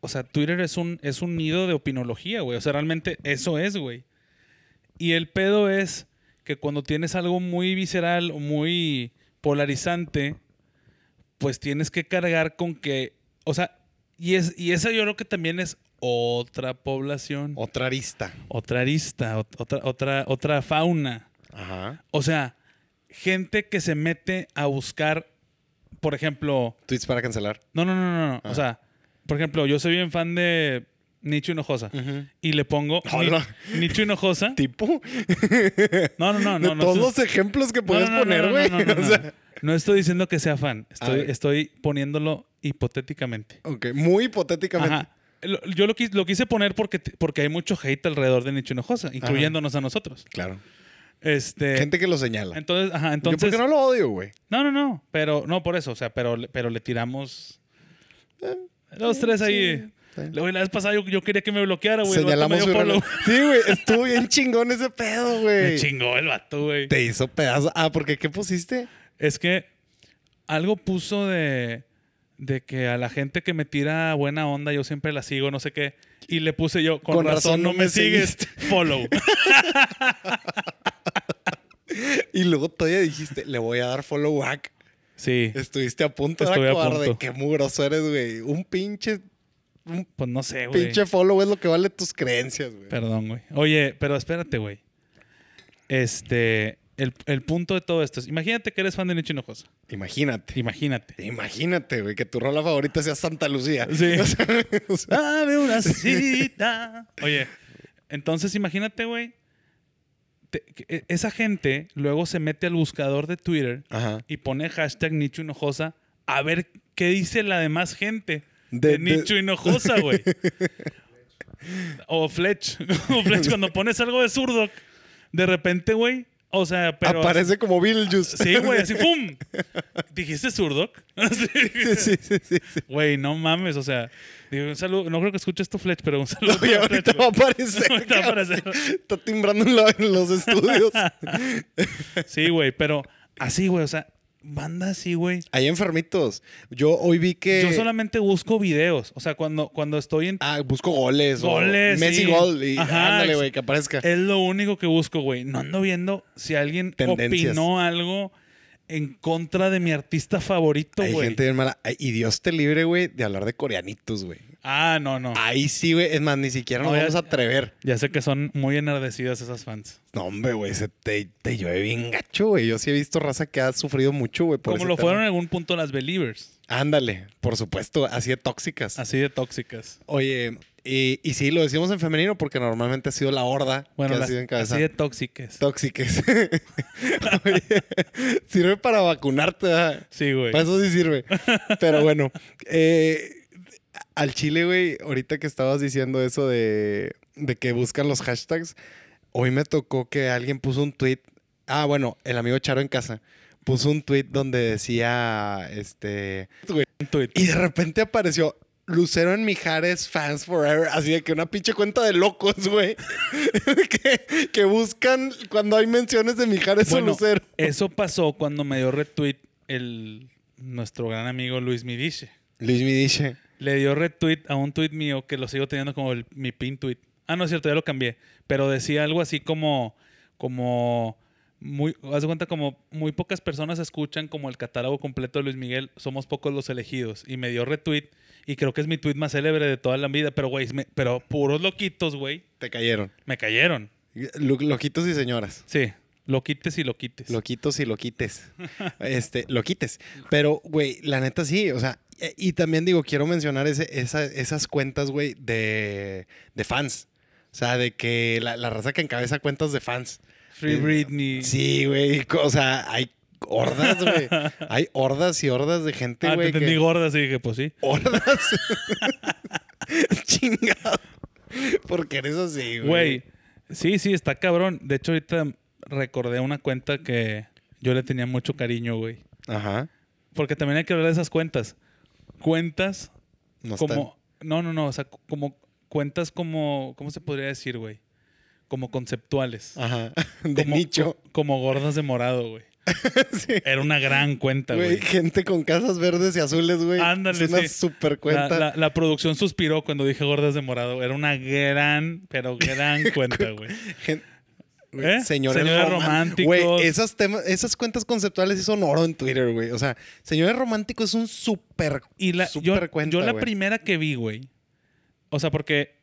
[SPEAKER 2] o sea, Twitter es un, es un nido de opinología, güey. O sea, realmente eso es, güey. Y el pedo es que cuando tienes algo muy visceral o muy polarizante, pues tienes que cargar con que, o sea, y, es, y esa yo creo que también es otra población,
[SPEAKER 3] Otra arista.
[SPEAKER 2] otra arista, ot- otra, otra, otra fauna.
[SPEAKER 3] Ajá.
[SPEAKER 2] O sea, gente que se mete a buscar, por ejemplo,
[SPEAKER 3] Tweets para cancelar.
[SPEAKER 2] no, no, no, no. no.
[SPEAKER 3] Ah.
[SPEAKER 2] O sea, por ejemplo, yo soy bien fan de Nicho Hinojosa.
[SPEAKER 3] Ah.
[SPEAKER 2] Y le pongo Ni-
[SPEAKER 3] Hola.
[SPEAKER 2] Nicho Hinojosa.
[SPEAKER 3] Tipo,
[SPEAKER 2] No, no, Ah, no, no. no
[SPEAKER 3] todos
[SPEAKER 2] estoy-
[SPEAKER 3] los ejemplos que
[SPEAKER 2] no,
[SPEAKER 3] puedes
[SPEAKER 2] no, no,
[SPEAKER 3] poner,
[SPEAKER 2] no,
[SPEAKER 3] güey.
[SPEAKER 2] No, no, no,
[SPEAKER 3] O
[SPEAKER 2] no.
[SPEAKER 3] sea,
[SPEAKER 2] No estoy diciendo que sea fan. Estoy,
[SPEAKER 3] ver.
[SPEAKER 2] estoy poniéndolo hipotéticamente.
[SPEAKER 3] ok, muy hipotéticamente.
[SPEAKER 2] Ajá. Lo- Yo lo quise, lo quise poner porque, t- porque hay mucho hate alrededor de Nicho Hinojosa, incluyéndonos a nosotros.
[SPEAKER 3] Claro.
[SPEAKER 2] Este,
[SPEAKER 3] Gente que lo señala.
[SPEAKER 2] entonces, ajá,
[SPEAKER 3] Yo
[SPEAKER 2] entonces. Este
[SPEAKER 3] porque no lo odio, güey.
[SPEAKER 2] No, no, no. Pero, no, por eso. O sea, pero, pero le tiramos. Los tres ahí.
[SPEAKER 3] sí.
[SPEAKER 2] Luego, la vez pasada yo, yo quería que me bloqueara, güey. el vato
[SPEAKER 3] Señalamos
[SPEAKER 2] me
[SPEAKER 3] su
[SPEAKER 2] dio follow.
[SPEAKER 3] reloj. Sí, güey. Estuvo bien chingón ese pedo,
[SPEAKER 2] Me
[SPEAKER 3] güey.
[SPEAKER 2] chingó el vato, güey.
[SPEAKER 3] Te hizo pedazo. Ah, porque ¿qué pusiste?
[SPEAKER 2] Es que algo puso de, de que a la gente que me tira buena onda yo siempre la sigo, no sé qué. Y le puse yo, con, razón, no me sigues, follow.
[SPEAKER 3] Y luego todavía dijiste, le voy a dar follow back.
[SPEAKER 2] Sí.
[SPEAKER 3] Estuviste a punto de
[SPEAKER 2] Estuve a
[SPEAKER 3] cobarde.
[SPEAKER 2] punto.
[SPEAKER 3] Qué mugroso eres, güey. Un pinche, un
[SPEAKER 2] Pues no sé, güey.
[SPEAKER 3] pinche follow es lo que vale tus creencias, güey.
[SPEAKER 2] Perdón, güey. Oye, pero espérate, güey. Este, el, el punto de todo esto es, imagínate que eres fan de Nicho Hinojosa.
[SPEAKER 3] Imagínate.
[SPEAKER 2] Imagínate.
[SPEAKER 3] Imagínate, güey, que tu rola favorita sea Santa Lucía.
[SPEAKER 2] Sí.
[SPEAKER 3] O sea, o sea,
[SPEAKER 2] Dame una cita. Oye, entonces imagínate, güey. te- que e- esa gente luego se mete al buscador de Twitter
[SPEAKER 3] Ajá.
[SPEAKER 2] y pone hashtag Nicho Hinojosa a ver qué dice la demás gente
[SPEAKER 3] De-
[SPEAKER 2] de,
[SPEAKER 3] de-
[SPEAKER 2] Nicho Hinojosa, güey. o Fletch. o Fletch, cuando pones algo de zurdo, de repente, güey. O sea, pero.
[SPEAKER 3] Aparece como Beetlejuice.
[SPEAKER 2] Sí, güey, así ¡pum! ¿Dijiste zurdo? Así.
[SPEAKER 3] sí, sí, sí. sí.
[SPEAKER 2] Güey, no mames, o sea, digo, un saludo, no creo que escuche esto Fletch, pero un saludo.
[SPEAKER 3] Oye,
[SPEAKER 2] a Fletch,
[SPEAKER 3] ahorita va a
[SPEAKER 2] güey.
[SPEAKER 3] aparecer.
[SPEAKER 2] Ahorita va a
[SPEAKER 3] cabrón.
[SPEAKER 2] aparecer.
[SPEAKER 3] Está timbrando en la- en los estudios.
[SPEAKER 2] Sí, güey, pero así, güey, o sea, banda así, güey.
[SPEAKER 3] Hay enfermitos. Yo hoy vi que.
[SPEAKER 2] Yo solamente busco videos, o sea, cuando, cuando estoy en...
[SPEAKER 3] Eh. Ah, busco goles. o
[SPEAKER 2] Goles,
[SPEAKER 3] Messi
[SPEAKER 2] sí.
[SPEAKER 3] gol. Y
[SPEAKER 2] Ajá,
[SPEAKER 3] ándale,
[SPEAKER 2] ex-
[SPEAKER 3] güey, que aparezca.
[SPEAKER 2] Es lo único que busco, güey. No ando viendo si alguien
[SPEAKER 3] Tendencias.
[SPEAKER 2] opinó algo en contra de mi artista favorito,
[SPEAKER 3] Hay
[SPEAKER 2] güey.
[SPEAKER 3] gente bien mala. Ay, y Dios te libre, güey, de hablar de coreanitos, güey.
[SPEAKER 2] Ah, no, no.
[SPEAKER 3] Ahí sí, güey. Es más, ni siquiera nos
[SPEAKER 2] No, ya-
[SPEAKER 3] vamos a atrever.
[SPEAKER 2] Ya sé que son muy enardecidas esas fans.
[SPEAKER 3] No, hombre, güey, se te, te llueve bien gacho, güey. Yo sí he visto raza que ha sufrido mucho, güey. por
[SPEAKER 2] Como
[SPEAKER 3] ese
[SPEAKER 2] lo
[SPEAKER 3] tema.
[SPEAKER 2] fueron en algún punto las Believers,
[SPEAKER 3] Ándale, por supuesto, así de tóxicas.
[SPEAKER 2] así de tóxicas.
[SPEAKER 3] Oye, y, y sí, lo decimos en femenino porque normalmente ha sido la horda
[SPEAKER 2] Bueno,
[SPEAKER 3] que ha
[SPEAKER 2] las,
[SPEAKER 3] sido en cabeza.
[SPEAKER 2] así de tóxicas.
[SPEAKER 3] Tóxicas. Oye, sirve para vacunarte, ¿verdad?
[SPEAKER 2] Sí, güey.
[SPEAKER 3] Para eso sí sirve. Pero bueno, eh, al chile, güey, ahorita que estabas diciendo eso de, de que buscan los hashtags, hoy me tocó que alguien puso un tweet. Ah, bueno, el amigo Charo en casa puso un tweet donde decía, este,
[SPEAKER 2] Un tuit.
[SPEAKER 3] y de repente apareció Lucero en Mijares Fans Forever. Así de que una pinche cuenta de locos, güey. que, que buscan cuando hay menciones de Mijares
[SPEAKER 2] Bueno,
[SPEAKER 3] o Lucero.
[SPEAKER 2] Eso pasó cuando me dio retweet el, nuestro gran amigo Luis Midiche.
[SPEAKER 3] Luis me dice.
[SPEAKER 2] Le dio retweet a un tweet mío que lo sigo teniendo como el- mi pin tweet. Ah, no es cierto, ya lo cambié. Pero decía algo así como, como, muy, haz de cuenta como muy pocas personas escuchan como el catálogo completo de Luis Miguel, somos pocos los elegidos. Y me dio retweet y creo que es mi tweet más célebre de toda la vida. Pero, güey, me- pero puros loquitos, güey,
[SPEAKER 3] Te cayeron.
[SPEAKER 2] me cayeron.
[SPEAKER 3] Lo- Loquitos y señoras.
[SPEAKER 2] Sí, loquites y loquites.
[SPEAKER 3] Loquitos y loquites. Este, loquites. Pero, güey, la neta sí, o sea, e- y también digo, quiero mencionar ese, esa- esas cuentas, güey, de, de fans. O sea, de que la, la raza que encabeza cuentas de fans.
[SPEAKER 2] Free Britney.
[SPEAKER 3] Sí, güey, co- o sea, hay hordas, güey. Hay hordas y hordas de gente,
[SPEAKER 2] ah,
[SPEAKER 3] güey.
[SPEAKER 2] te
[SPEAKER 3] que-
[SPEAKER 2] entendí gorda, sí, dije, pues sí.
[SPEAKER 3] Hordas. Chingado. Porque eres así, güey.
[SPEAKER 2] Güey, sí, sí, está cabrón. De hecho, ahorita recordé una cuenta que yo le tenía mucho cariño, güey.
[SPEAKER 3] Ajá.
[SPEAKER 2] Porque también hay que hablar de esas cuentas. Cuentas
[SPEAKER 3] No está-
[SPEAKER 2] como... No, no, no. O sea, cu- como cuentas como... ¿Cómo se podría decir, güey? Como conceptuales.
[SPEAKER 3] Ajá. Ah, De
[SPEAKER 2] como,
[SPEAKER 3] nicho.
[SPEAKER 2] co- como gordas de morado, güey.
[SPEAKER 3] Sí.
[SPEAKER 2] Era una gran cuenta,
[SPEAKER 3] Güey,
[SPEAKER 2] güey.
[SPEAKER 3] gente con casas verdes y azules, güey.
[SPEAKER 2] Ándale,
[SPEAKER 3] Es una
[SPEAKER 2] sí.
[SPEAKER 3] super
[SPEAKER 2] La,
[SPEAKER 3] cuenta.
[SPEAKER 2] la- la producción suspiró cuando dije gordas de morado. Era una gran, pero gran cuenta, güey.
[SPEAKER 3] Gen- güey,
[SPEAKER 2] ¿Eh?
[SPEAKER 3] Señores,
[SPEAKER 2] Señores
[SPEAKER 3] román-
[SPEAKER 2] románticos.
[SPEAKER 3] Güey, esas, temas- esas cuentas conceptuales sí son oro en Twitter, güey. O sea, señores románticos es un super,
[SPEAKER 2] Y la,
[SPEAKER 3] super
[SPEAKER 2] yo,
[SPEAKER 3] cuenta,
[SPEAKER 2] yo la
[SPEAKER 3] güey.
[SPEAKER 2] primera que vi, güey. O sea, porque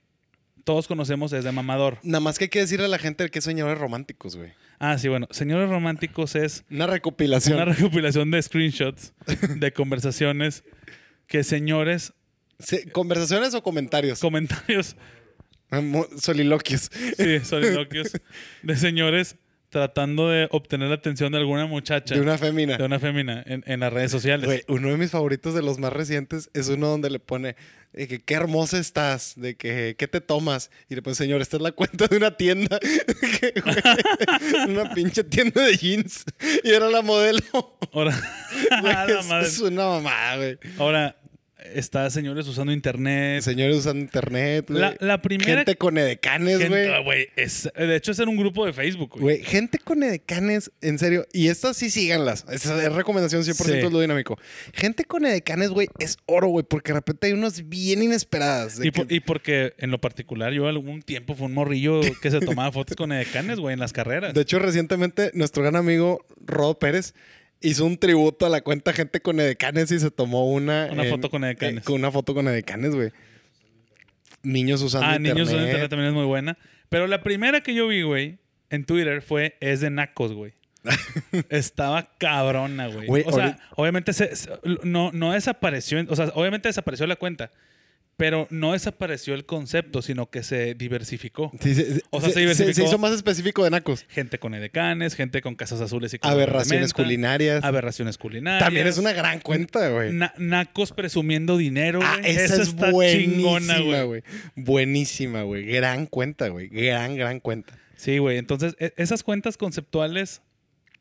[SPEAKER 2] todos conocemos desde Mamador.
[SPEAKER 3] Nada más que hay que decirle a la gente que es señores románticos, güey.
[SPEAKER 2] Ah, sí, bueno. Señores Románticos es
[SPEAKER 3] Una recopilación.
[SPEAKER 2] una recopilación de screenshots de conversaciones que señores,
[SPEAKER 3] Sí, ¿Conversaciones o comentarios?
[SPEAKER 2] comentarios,
[SPEAKER 3] Mo- Soliloquios.
[SPEAKER 2] sí, soliloquios, de señores tratando de obtener la atención de alguna muchacha,
[SPEAKER 3] De una fémina.
[SPEAKER 2] de una fémina en, en las redes sociales.
[SPEAKER 3] Güey, uno de mis favoritos de los más recientes es uno donde le pone de que qué hermosa estás, de que qué te tomas. Y le pone, señor, esta es la cuenta de una tienda. Que, güey, una pinche tienda de jeans. Y era la modelo.
[SPEAKER 2] Ahora,
[SPEAKER 3] Güey,
[SPEAKER 2] A Ah, la
[SPEAKER 3] es,
[SPEAKER 2] madre.
[SPEAKER 3] es una mamada, güey.
[SPEAKER 2] Ahora, está señores usando internet.
[SPEAKER 3] Señores usando internet, güey.
[SPEAKER 2] Eh, La, la primera.
[SPEAKER 3] Gente con edecanes,
[SPEAKER 2] gente-
[SPEAKER 3] güey.
[SPEAKER 2] ah, güey, es- de hecho, es en un grupo de Facebook, güey.
[SPEAKER 3] Güey, gente con edecanes, en serio. Y estas sí síganlas. Esa es recomendación 100%
[SPEAKER 2] Sí.
[SPEAKER 3] es lo dinámico. Gente con edecanes, güey, es oro, güey, porque de repente hay unas bien inesperadas. de
[SPEAKER 2] Y, por-
[SPEAKER 3] que-
[SPEAKER 2] y porque en lo particular yo algún tiempo fue un morrillo que se tomaba fotos con edecanes, güey, en las carreras.
[SPEAKER 3] de hecho, recientemente nuestro gran amigo Rodo Pérez hizo un tributo a la cuenta Gente con edecanes y se tomó una.
[SPEAKER 2] Una foto con edecanes.
[SPEAKER 3] eh, con una foto con edecanes, güey. Niños usando
[SPEAKER 2] Ah,
[SPEAKER 3] internet.
[SPEAKER 2] niños en internet también es muy buena. Pero la primera que yo vi, güey, en Twitter fue es de nacos, güey. Estaba cabrona, güey.
[SPEAKER 3] Güey,
[SPEAKER 2] O sea,
[SPEAKER 3] ahorita-
[SPEAKER 2] obviamente se- se- no, no desapareció, o sea, obviamente desapareció la cuenta, pero no desapareció el concepto, sino que se diversificó.
[SPEAKER 3] Sí, sí, sí.
[SPEAKER 2] O sea, se
[SPEAKER 3] se,
[SPEAKER 2] diversificó.
[SPEAKER 3] hizo más específico de nacos.
[SPEAKER 2] Gente con edecanes, gente con casas azules y color de
[SPEAKER 3] Aberraciones
[SPEAKER 2] menta,
[SPEAKER 3] culinarias.
[SPEAKER 2] Aberraciones culinarias.
[SPEAKER 3] También es una gran cuenta, güey.
[SPEAKER 2] Na- nacos presumiendo dinero,
[SPEAKER 3] Ah,
[SPEAKER 2] güey.
[SPEAKER 3] esa
[SPEAKER 2] Eso
[SPEAKER 3] es
[SPEAKER 2] está
[SPEAKER 3] buenísima,
[SPEAKER 2] chingona, güey.
[SPEAKER 3] güey. Buenísima, güey. Gran cuenta, güey. Gran, gran cuenta.
[SPEAKER 2] Sí, güey. Entonces, e- esas cuentas conceptuales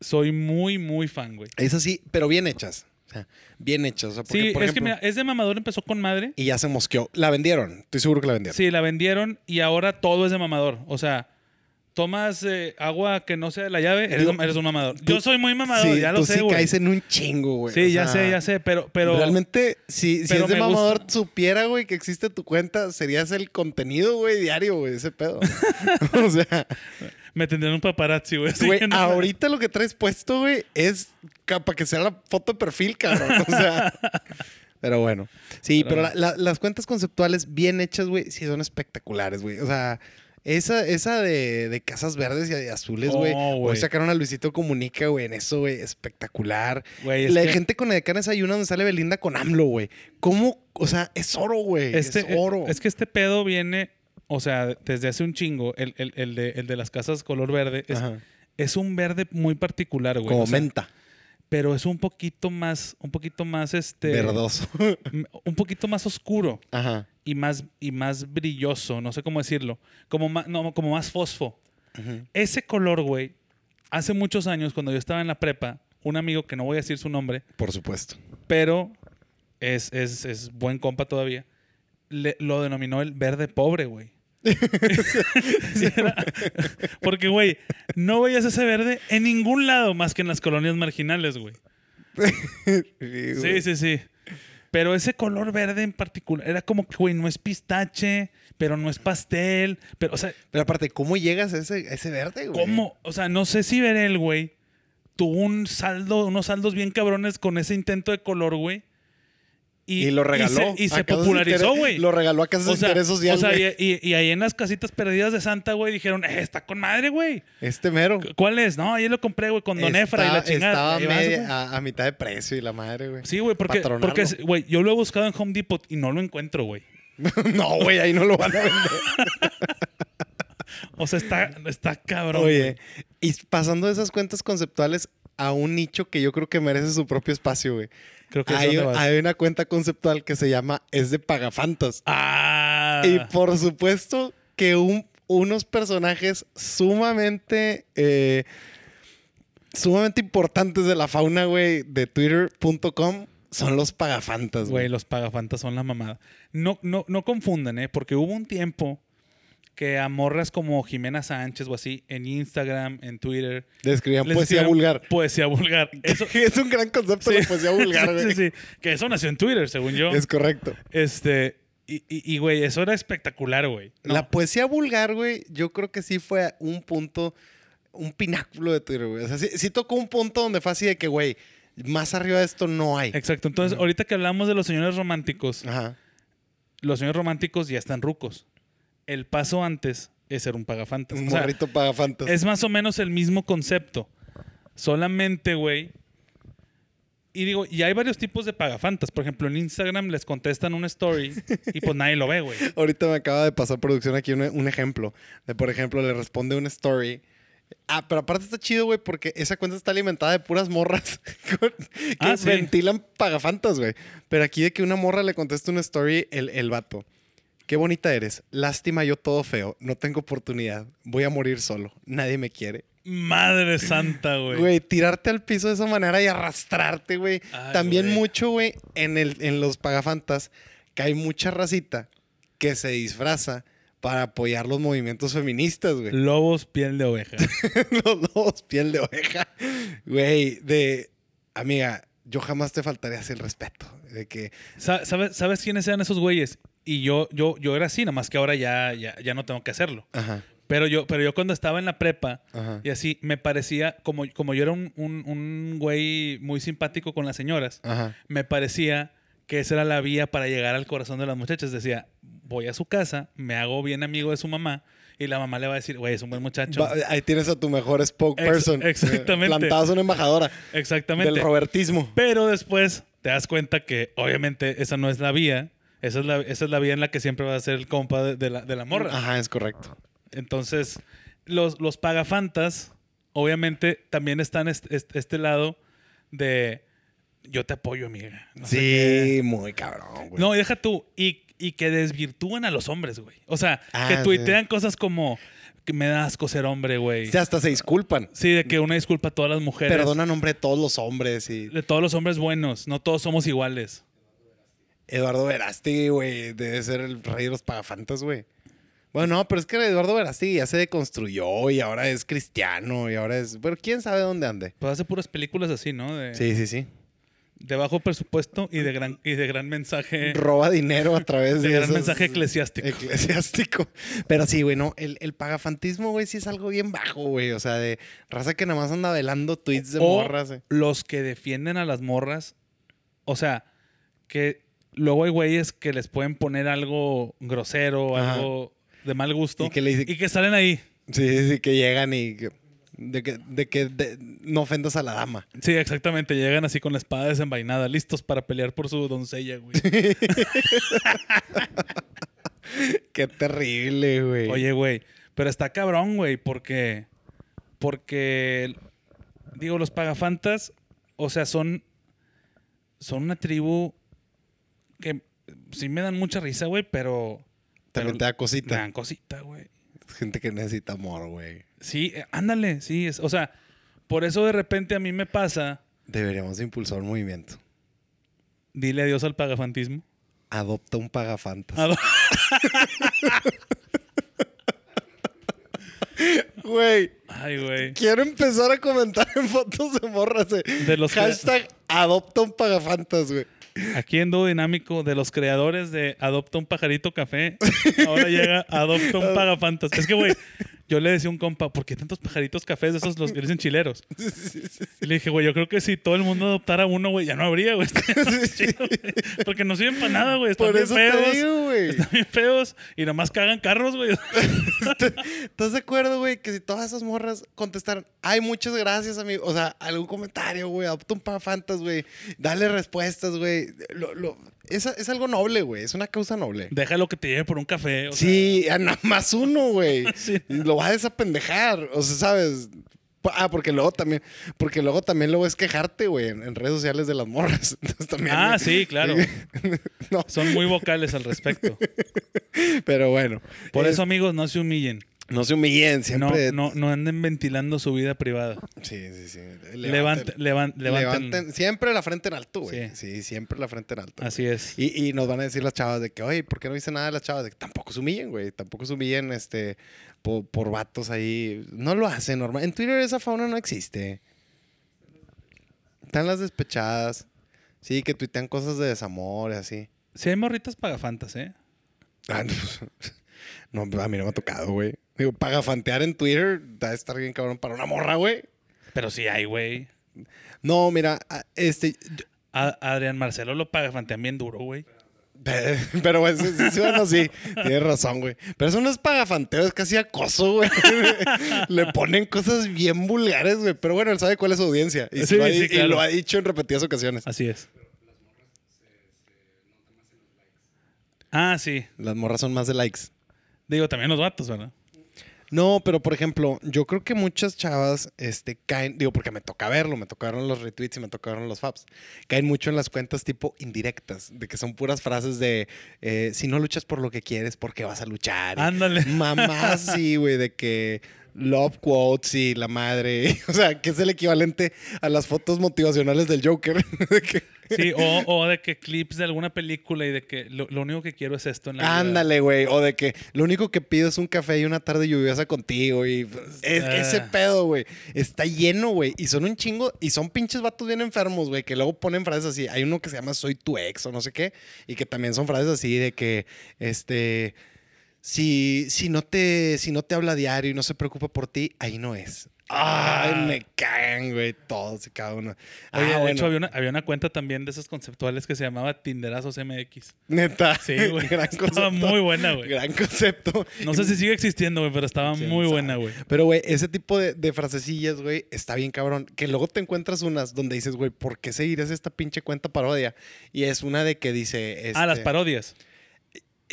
[SPEAKER 2] soy muy, muy fan, güey.
[SPEAKER 3] Esas sí, pero bien hechas. O sea, bien hechas. O sea, porque,
[SPEAKER 2] Sí,
[SPEAKER 3] por
[SPEAKER 2] es que
[SPEAKER 3] ejemplo,
[SPEAKER 2] mira, es de mamador, empezó con madre.
[SPEAKER 3] Y ya se mosqueó. La vendieron. Estoy seguro que la vendieron.
[SPEAKER 2] Sí, la vendieron y ahora todo es de mamador. O sea, tomas eh, agua que no sea de la llave, eres,
[SPEAKER 3] Digo,
[SPEAKER 2] eres un mamador.
[SPEAKER 3] tú-
[SPEAKER 2] Yo soy muy mamador,
[SPEAKER 3] Sí,
[SPEAKER 2] ya lo
[SPEAKER 3] tú
[SPEAKER 2] sé,
[SPEAKER 3] sí
[SPEAKER 2] güey.
[SPEAKER 3] caes en un chingo, güey.
[SPEAKER 2] Sí,
[SPEAKER 3] O
[SPEAKER 2] ya
[SPEAKER 3] sea,
[SPEAKER 2] sé, ya sé, pero, pero
[SPEAKER 3] Realmente, si, si
[SPEAKER 2] pero
[SPEAKER 3] es de
[SPEAKER 2] me gusta.
[SPEAKER 3] mamador, supiera, güey, que existe tu cuenta, serías el contenido, güey, diario, güey, ese pedo. o sea,
[SPEAKER 2] me tendrán un paparazzi, güey. así
[SPEAKER 3] Güey,
[SPEAKER 2] que no-
[SPEAKER 3] ahorita lo que traes puesto, güey, es para que sea la foto de perfil, cabrón. O sea. pero bueno. Sí, pero,
[SPEAKER 2] Pero
[SPEAKER 3] la- la- las cuentas conceptuales bien hechas, güey, sí son espectaculares, güey. O sea. Esa, esa de, de casas verdes y azules,
[SPEAKER 2] Oh,
[SPEAKER 3] güey. Hoy
[SPEAKER 2] güey.
[SPEAKER 3] sacaron a Luisito Comunica, güey, en eso, güey. Espectacular.
[SPEAKER 2] Güey, es
[SPEAKER 3] La
[SPEAKER 2] que
[SPEAKER 3] gente con edecanes hay una donde sale Belinda con AMLO, güey. ¿Cómo? O sea, es oro, güey.
[SPEAKER 2] este,
[SPEAKER 3] es oro.
[SPEAKER 2] Es que este pedo viene, o sea, desde hace un chingo, el, el- el de, el de las casas color verde. Es,
[SPEAKER 3] Ajá.
[SPEAKER 2] es un verde muy particular, güey.
[SPEAKER 3] Como
[SPEAKER 2] o sea,
[SPEAKER 3] menta.
[SPEAKER 2] pero es un poquito más, un poquito más este,
[SPEAKER 3] Verdoso.
[SPEAKER 2] m- un poquito más oscuro
[SPEAKER 3] Ajá.
[SPEAKER 2] y más y más brilloso, no sé cómo decirlo, como más, no, como más fosfo.
[SPEAKER 3] Ujú.
[SPEAKER 2] Ese color, güey, hace muchos años cuando yo estaba en la prepa, un amigo que no voy a decir su nombre,
[SPEAKER 3] Por supuesto.
[SPEAKER 2] pero es, es, es buen compa todavía, le- lo denominó el verde pobre, güey. Era- porque, güey, no veías ese verde en ningún lado más que en las colonias marginales, güey.
[SPEAKER 3] Sí,
[SPEAKER 2] Sí, sí, sí. Pero ese color verde en particular, era como que, güey, no es pistache, pero no es pastel, pero, o sea,
[SPEAKER 3] Pero aparte, ¿cómo llegas a ese, a ese verde, güey?
[SPEAKER 2] ¿cómo? O sea, no sé si Verel, güey, tuvo un saldo, unos saldos bien cabrones con ese intento de color, güey.
[SPEAKER 3] Y, lo regaló.
[SPEAKER 2] se- Y se,
[SPEAKER 3] a Casas
[SPEAKER 2] popularizó,
[SPEAKER 3] Interes-
[SPEAKER 2] güey.
[SPEAKER 3] Lo regaló a Casas de
[SPEAKER 2] O sea,
[SPEAKER 3] Interés Social,
[SPEAKER 2] o sea,
[SPEAKER 3] güey.
[SPEAKER 2] y, y- y ahí en las casitas perdidas de Santa, güey, dijeron, "Eh, está con madre, güey.
[SPEAKER 3] Este mero.
[SPEAKER 2] ¿Cuál es? No, ayer lo compré, güey, con Don Efra y
[SPEAKER 3] Está-
[SPEAKER 2] la chingada.
[SPEAKER 3] Estaba
[SPEAKER 2] Ahí vas,
[SPEAKER 3] media-
[SPEAKER 2] güey.
[SPEAKER 3] a, a mitad de precio y la madre, güey.
[SPEAKER 2] Sí, güey, porque,
[SPEAKER 3] Patronarlo.
[SPEAKER 2] porque es- güey, yo lo he buscado en Home Depot y no lo encuentro, güey.
[SPEAKER 3] no, güey, ahí no lo van a vender.
[SPEAKER 2] O sea, está, está cabrón.
[SPEAKER 3] Oye, y pasando de esas cuentas conceptuales a un nicho que yo creo que merece su propio espacio, güey.
[SPEAKER 2] güey. creo que es
[SPEAKER 3] Hay,
[SPEAKER 2] donde vas.
[SPEAKER 3] hay una cuenta conceptual que se llama Es de Pagafantas.
[SPEAKER 2] Ah,
[SPEAKER 3] Y por supuesto que un- unos personajes sumamente. eh, sumamente importantes de la fauna, güey, de twitter.com son los pagafantas,
[SPEAKER 2] güey,
[SPEAKER 3] güey.
[SPEAKER 2] los pagafantas son la mamada. No, no, no confundan, ¿eh? Porque hubo un tiempo que a morras como Jimena Sánchez o así en Instagram, en Twitter.
[SPEAKER 3] Le escribían
[SPEAKER 2] les
[SPEAKER 3] poesía
[SPEAKER 2] decían
[SPEAKER 3] vulgar.
[SPEAKER 2] Poesía vulgar. Eso,
[SPEAKER 3] es un gran concepto la poesía vulgar, güey.
[SPEAKER 2] sí, sí. Que eso nació en Twitter, según yo.
[SPEAKER 3] Es correcto.
[SPEAKER 2] Este. Y, y, y, güey, eso era espectacular, güey. No,
[SPEAKER 3] La poesía vulgar, güey, yo creo que sí fue un punto, un pináculo de Twitter, güey. O sea, sí, sí tocó un punto donde fue así de que, güey, más arriba de esto no hay.
[SPEAKER 2] Exacto. Entonces, ahorita que hablamos de los señores románticos,
[SPEAKER 3] Ajá.
[SPEAKER 2] los señores románticos ya están rucos. El paso antes es ser un pagafantas.
[SPEAKER 3] Un
[SPEAKER 2] O sea,
[SPEAKER 3] morrito pagafantas.
[SPEAKER 2] es más o menos el mismo concepto. Solamente, güey. Y digo, y hay varios tipos de pagafantas. Por ejemplo, en Instagram les contestan una story y pues nadie lo ve, güey.
[SPEAKER 3] Ahorita me acaba de pasar producción aquí un, un ejemplo. De, por ejemplo, le responde una story. Ah, pero aparte está chido, güey, porque esa cuenta está alimentada de puras morras con- que
[SPEAKER 2] Ah, sí.
[SPEAKER 3] ventilan pagafantas, güey. Pero aquí de que una morra le contesta una story, el, el vato. Qué bonita eres. Lástima, yo todo feo. No tengo oportunidad. Voy a morir solo. Nadie me quiere.
[SPEAKER 2] Madre santa, güey.
[SPEAKER 3] Güey, tirarte al piso de esa manera y arrastrarte, güey.
[SPEAKER 2] Ay,
[SPEAKER 3] También
[SPEAKER 2] güey.
[SPEAKER 3] mucho, güey, en, el- en los pagafantas, que hay mucha racita que se disfraza para apoyar los movimientos feministas, güey.
[SPEAKER 2] Lobos, piel de oveja.
[SPEAKER 3] los dos, piel de oveja. Güey, de... Amiga, yo jamás te faltaría así el respeto. De que...
[SPEAKER 2] Sa- ¿Sabes, ¿Sabes quiénes eran esos güeyes? Y yo, yo, yo era así, nada más que ahora ya, ya, ya no tengo que hacerlo.
[SPEAKER 3] Ajá,
[SPEAKER 2] Pero yo, pero yo cuando estaba en la prepa
[SPEAKER 3] ajá.
[SPEAKER 2] y así, me parecía, como, como yo era un, un- un güey muy simpático con las señoras,
[SPEAKER 3] Ajá.
[SPEAKER 2] me parecía que esa era la vía para llegar al corazón de las muchachas. Decía, voy a su casa, me hago bien amigo de su mamá y la mamá le va a decir, güey, es un buen muchacho.
[SPEAKER 3] Va- eh, ahí tienes a tu mejor spokesperson.
[SPEAKER 2] Ex- exactamente.
[SPEAKER 3] Plantadas una embajadora
[SPEAKER 2] Exactamente.
[SPEAKER 3] del robertismo.
[SPEAKER 2] Pero después te das cuenta que obviamente esa no es la vía. Esa es la, esa es la vía en la que siempre va a ser el compa de, de la, de la morra.
[SPEAKER 3] Ajá, es correcto.
[SPEAKER 2] Entonces, los, los pagafantas, obviamente, también están este, este- este lado de yo te apoyo, amiga. No sé qué.
[SPEAKER 3] sí, muy cabrón, güey.
[SPEAKER 2] No, y deja tú. Y, y que desvirtúan a los hombres, güey. O sea,
[SPEAKER 3] Ah,
[SPEAKER 2] que
[SPEAKER 3] sí.
[SPEAKER 2] tuitean cosas como que me das asco ser hombre, güey.
[SPEAKER 3] Sí, hasta se disculpan.
[SPEAKER 2] Sí, de que una disculpa a todas las mujeres.
[SPEAKER 3] Perdona nombre de todos los hombres y
[SPEAKER 2] De todos los hombres buenos. No todos somos iguales.
[SPEAKER 3] Eduardo Verasti, güey, debe ser el rey de los pagafantas, güey. Bueno, no, pero es que Eduardo Verasti ya se deconstruyó y ahora es cristiano y ahora es, pero quién sabe dónde ande.
[SPEAKER 2] Pues hace puras películas así, ¿no? De,
[SPEAKER 3] Sí, sí, sí.
[SPEAKER 2] de bajo presupuesto y de gran, y de gran mensaje.
[SPEAKER 3] Roba dinero a través
[SPEAKER 2] De
[SPEAKER 3] de,
[SPEAKER 2] gran
[SPEAKER 3] esos-
[SPEAKER 2] mensaje eclesiástico.
[SPEAKER 3] Eclesiástico. Pero sí, güey, no, el, el pagafantismo, güey, sí es algo bien bajo, güey. O sea, de raza que nada más anda velando tweets de
[SPEAKER 2] O-
[SPEAKER 3] morras. eh.
[SPEAKER 2] los que defienden a las morras, o sea, que luego hay güeyes que les pueden poner algo grosero,
[SPEAKER 3] Ajá.
[SPEAKER 2] algo de mal gusto,
[SPEAKER 3] Y que le dice-
[SPEAKER 2] salen ahí.
[SPEAKER 3] Sí, sí, sí, que llegan y que- de que, de que de- no ofendas a la dama.
[SPEAKER 2] Sí, exactamente, llegan así con la espada desenvainada, listos para pelear por su doncella, güey.
[SPEAKER 3] Qué terrible, güey.
[SPEAKER 2] Oye, güey, pero está cabrón, güey, porque porque digo los pagafantas, o sea, son son una tribu que sí me dan mucha risa, güey, pero
[SPEAKER 3] también
[SPEAKER 2] pero-
[SPEAKER 3] te da
[SPEAKER 2] Me
[SPEAKER 3] cosita.
[SPEAKER 2] dan cosita, güey.
[SPEAKER 3] Gente que necesita amor, güey.
[SPEAKER 2] Sí, eh, ándale, sí. Es, o sea, por eso de repente a mí me pasa,
[SPEAKER 3] Deberíamos de impulsar un movimiento.
[SPEAKER 2] dile adiós al pagafantismo.
[SPEAKER 3] Adopta un pagafantas.
[SPEAKER 2] Ado-
[SPEAKER 3] Güey,
[SPEAKER 2] Ay, güey.
[SPEAKER 3] quiero empezar a comentar en fotos de morras. eh.
[SPEAKER 2] De los que-
[SPEAKER 3] Hashtag adopta un pagafantas, güey.
[SPEAKER 2] Aquí en Dúo Dinámico, de los creadores de Adopta un pajarito café, ahora llega Adopta un pagafantas. Es que, güey, yo le decía a un compa, ¿por qué tantos pajaritos cafés de esos los que dicen chileros?
[SPEAKER 3] Sí, sí, sí,
[SPEAKER 2] Y le dije, güey, yo creo que si todo el mundo adoptara uno, güey, ya no habría, güey.
[SPEAKER 3] sí, sí.
[SPEAKER 2] Porque no sirven para nada, güey. Están
[SPEAKER 3] Por
[SPEAKER 2] bien
[SPEAKER 3] eso
[SPEAKER 2] feos.
[SPEAKER 3] te digo, güey.
[SPEAKER 2] Están bien feos. Y nomás cagan carros, güey.
[SPEAKER 3] ¿Estás de acuerdo, güey? Que si todas esas morras contestaran, ay, muchas gracias, amigo. O sea, algún comentario, güey. Adopta un pagafantas, güey. Dale respuestas, güey. Lo- lo- Es, es algo noble, güey. Es una causa noble.
[SPEAKER 2] Déjalo que te lleve por un café. o sea,
[SPEAKER 3] Sí, a nada más uno, güey.
[SPEAKER 2] Sí.
[SPEAKER 3] Y Lo vas a desapendejar, o sea, ¿sabes? Pa- Ah, porque luego también, porque luego también luego es quejarte, güey, en, en redes sociales de las morras. Entonces también.
[SPEAKER 2] Ah, sí, claro.
[SPEAKER 3] no,
[SPEAKER 2] Son muy vocales al respecto.
[SPEAKER 3] pero bueno.
[SPEAKER 2] Por
[SPEAKER 3] Es-
[SPEAKER 2] eso, amigos, no se humillen.
[SPEAKER 3] No se humillen,
[SPEAKER 2] No,
[SPEAKER 3] siempre.
[SPEAKER 2] no, no anden ventilando su vida privada.
[SPEAKER 3] Sí, sí, sí.
[SPEAKER 2] Levanten, levan- levanten.
[SPEAKER 3] Levanten siempre la frente en alto, güey.
[SPEAKER 2] Sí.
[SPEAKER 3] Sí. siempre la frente en alto.
[SPEAKER 2] Así es.
[SPEAKER 3] Y, y nos van a decir las chavas de que, oye, ¿por qué no dice nada de las chavas? De que tampoco se humillen, güey. Tampoco se humillen este, po- por, vatos ahí. No lo hacen normal. En Twitter esa fauna no existe. Están las despechadas. Sí, que tuitean cosas de desamor y así.
[SPEAKER 2] Si hay morritas pagafantas, ¿eh?
[SPEAKER 3] Ah, no, pues, no, a mí no me ha tocado, güey. Digo, para fantear en Twitter, da de estar bien cabrón para una morra, güey.
[SPEAKER 2] Pero sí hay, güey.
[SPEAKER 3] No, mira, ah, este,
[SPEAKER 2] A- Adrián Marcelo lo pagafantean bien duro, güey.
[SPEAKER 3] Pe- Pero bueno, sí, sí, sí, bueno, sí, tienes razón, güey. Pero eso no es pagafanteo, es casi acoso, güey. Le ponen cosas bien vulgares, güey. Pero bueno, él sabe cuál es su audiencia. Y,
[SPEAKER 2] Sí,
[SPEAKER 3] lo, ha,
[SPEAKER 2] sí,
[SPEAKER 3] y
[SPEAKER 2] claro.
[SPEAKER 3] lo ha dicho en repetidas ocasiones.
[SPEAKER 2] Así es. Ah, sí.
[SPEAKER 3] Las morras son más de likes.
[SPEAKER 2] Digo, también los vatos, ¿verdad?
[SPEAKER 3] No, pero por ejemplo, yo creo que muchas chavas este, caen, digo, porque me toca verlo, me tocaron los retweets y me tocaron los faps, caen mucho en las cuentas tipo indirectas, de que son puras frases de, eh, si no luchas por lo que quieres, ¿por qué vas a luchar? Y
[SPEAKER 2] Ándale.
[SPEAKER 3] Mamás, sí, güey, de que love quotes y la madre. O sea, que es el equivalente a las fotos motivacionales del Joker. Que-
[SPEAKER 2] Sí, o, o de que clips de alguna película y de que lo, lo único que quiero es esto en la vida.
[SPEAKER 3] Ándale, güey. O de que lo único que pido es un café y una tarde lluviosa contigo. Y pues, es-
[SPEAKER 2] Ah.
[SPEAKER 3] ese pedo, güey. Está lleno, güey. Y son un chingo. Y son pinches vatos bien enfermos, güey. Que luego ponen frases así. Hay uno que se llama Soy tu ex o no sé qué. Y que también son frases así de que, este. Si, si, no te, si no te habla diario y no se preocupa por ti, ahí no es. Ay,
[SPEAKER 2] Ah.
[SPEAKER 3] me cagan, güey. Todos y cada uno. Ah,
[SPEAKER 2] Oye, de
[SPEAKER 3] bueno.
[SPEAKER 2] hecho, había una, había una cuenta también de esas conceptuales que se llamaba Tinderazos MX.
[SPEAKER 3] Neta.
[SPEAKER 2] Sí, güey.
[SPEAKER 3] Gran
[SPEAKER 2] Estaba
[SPEAKER 3] concepto.
[SPEAKER 2] muy buena, güey.
[SPEAKER 3] Gran concepto.
[SPEAKER 2] No sé si sigue existiendo, güey, pero estaba
[SPEAKER 3] Sí,
[SPEAKER 2] muy
[SPEAKER 3] sabe.
[SPEAKER 2] buena, güey.
[SPEAKER 3] Pero, güey, ese tipo de, de frasecillas, güey, está bien cabrón. Que luego te encuentras unas donde dices, güey, ¿por qué seguirás esta pinche cuenta parodia? Y es una de que dice.
[SPEAKER 2] Ah, las
[SPEAKER 3] este, eh,
[SPEAKER 2] parodias. Ya-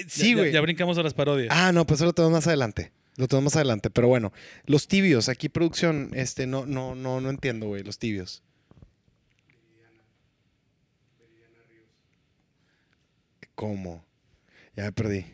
[SPEAKER 3] Sí,
[SPEAKER 2] ya-
[SPEAKER 3] güey.
[SPEAKER 2] Ya, brincamos a las parodias.
[SPEAKER 3] Ah, no, pues eso lo tenemos más adelante. Lo tenemos más adelante. Pero bueno, los tibios, aquí producción, este, no, no, no, no entiendo, güey, los tibios. ¿Cómo? Ya me perdí.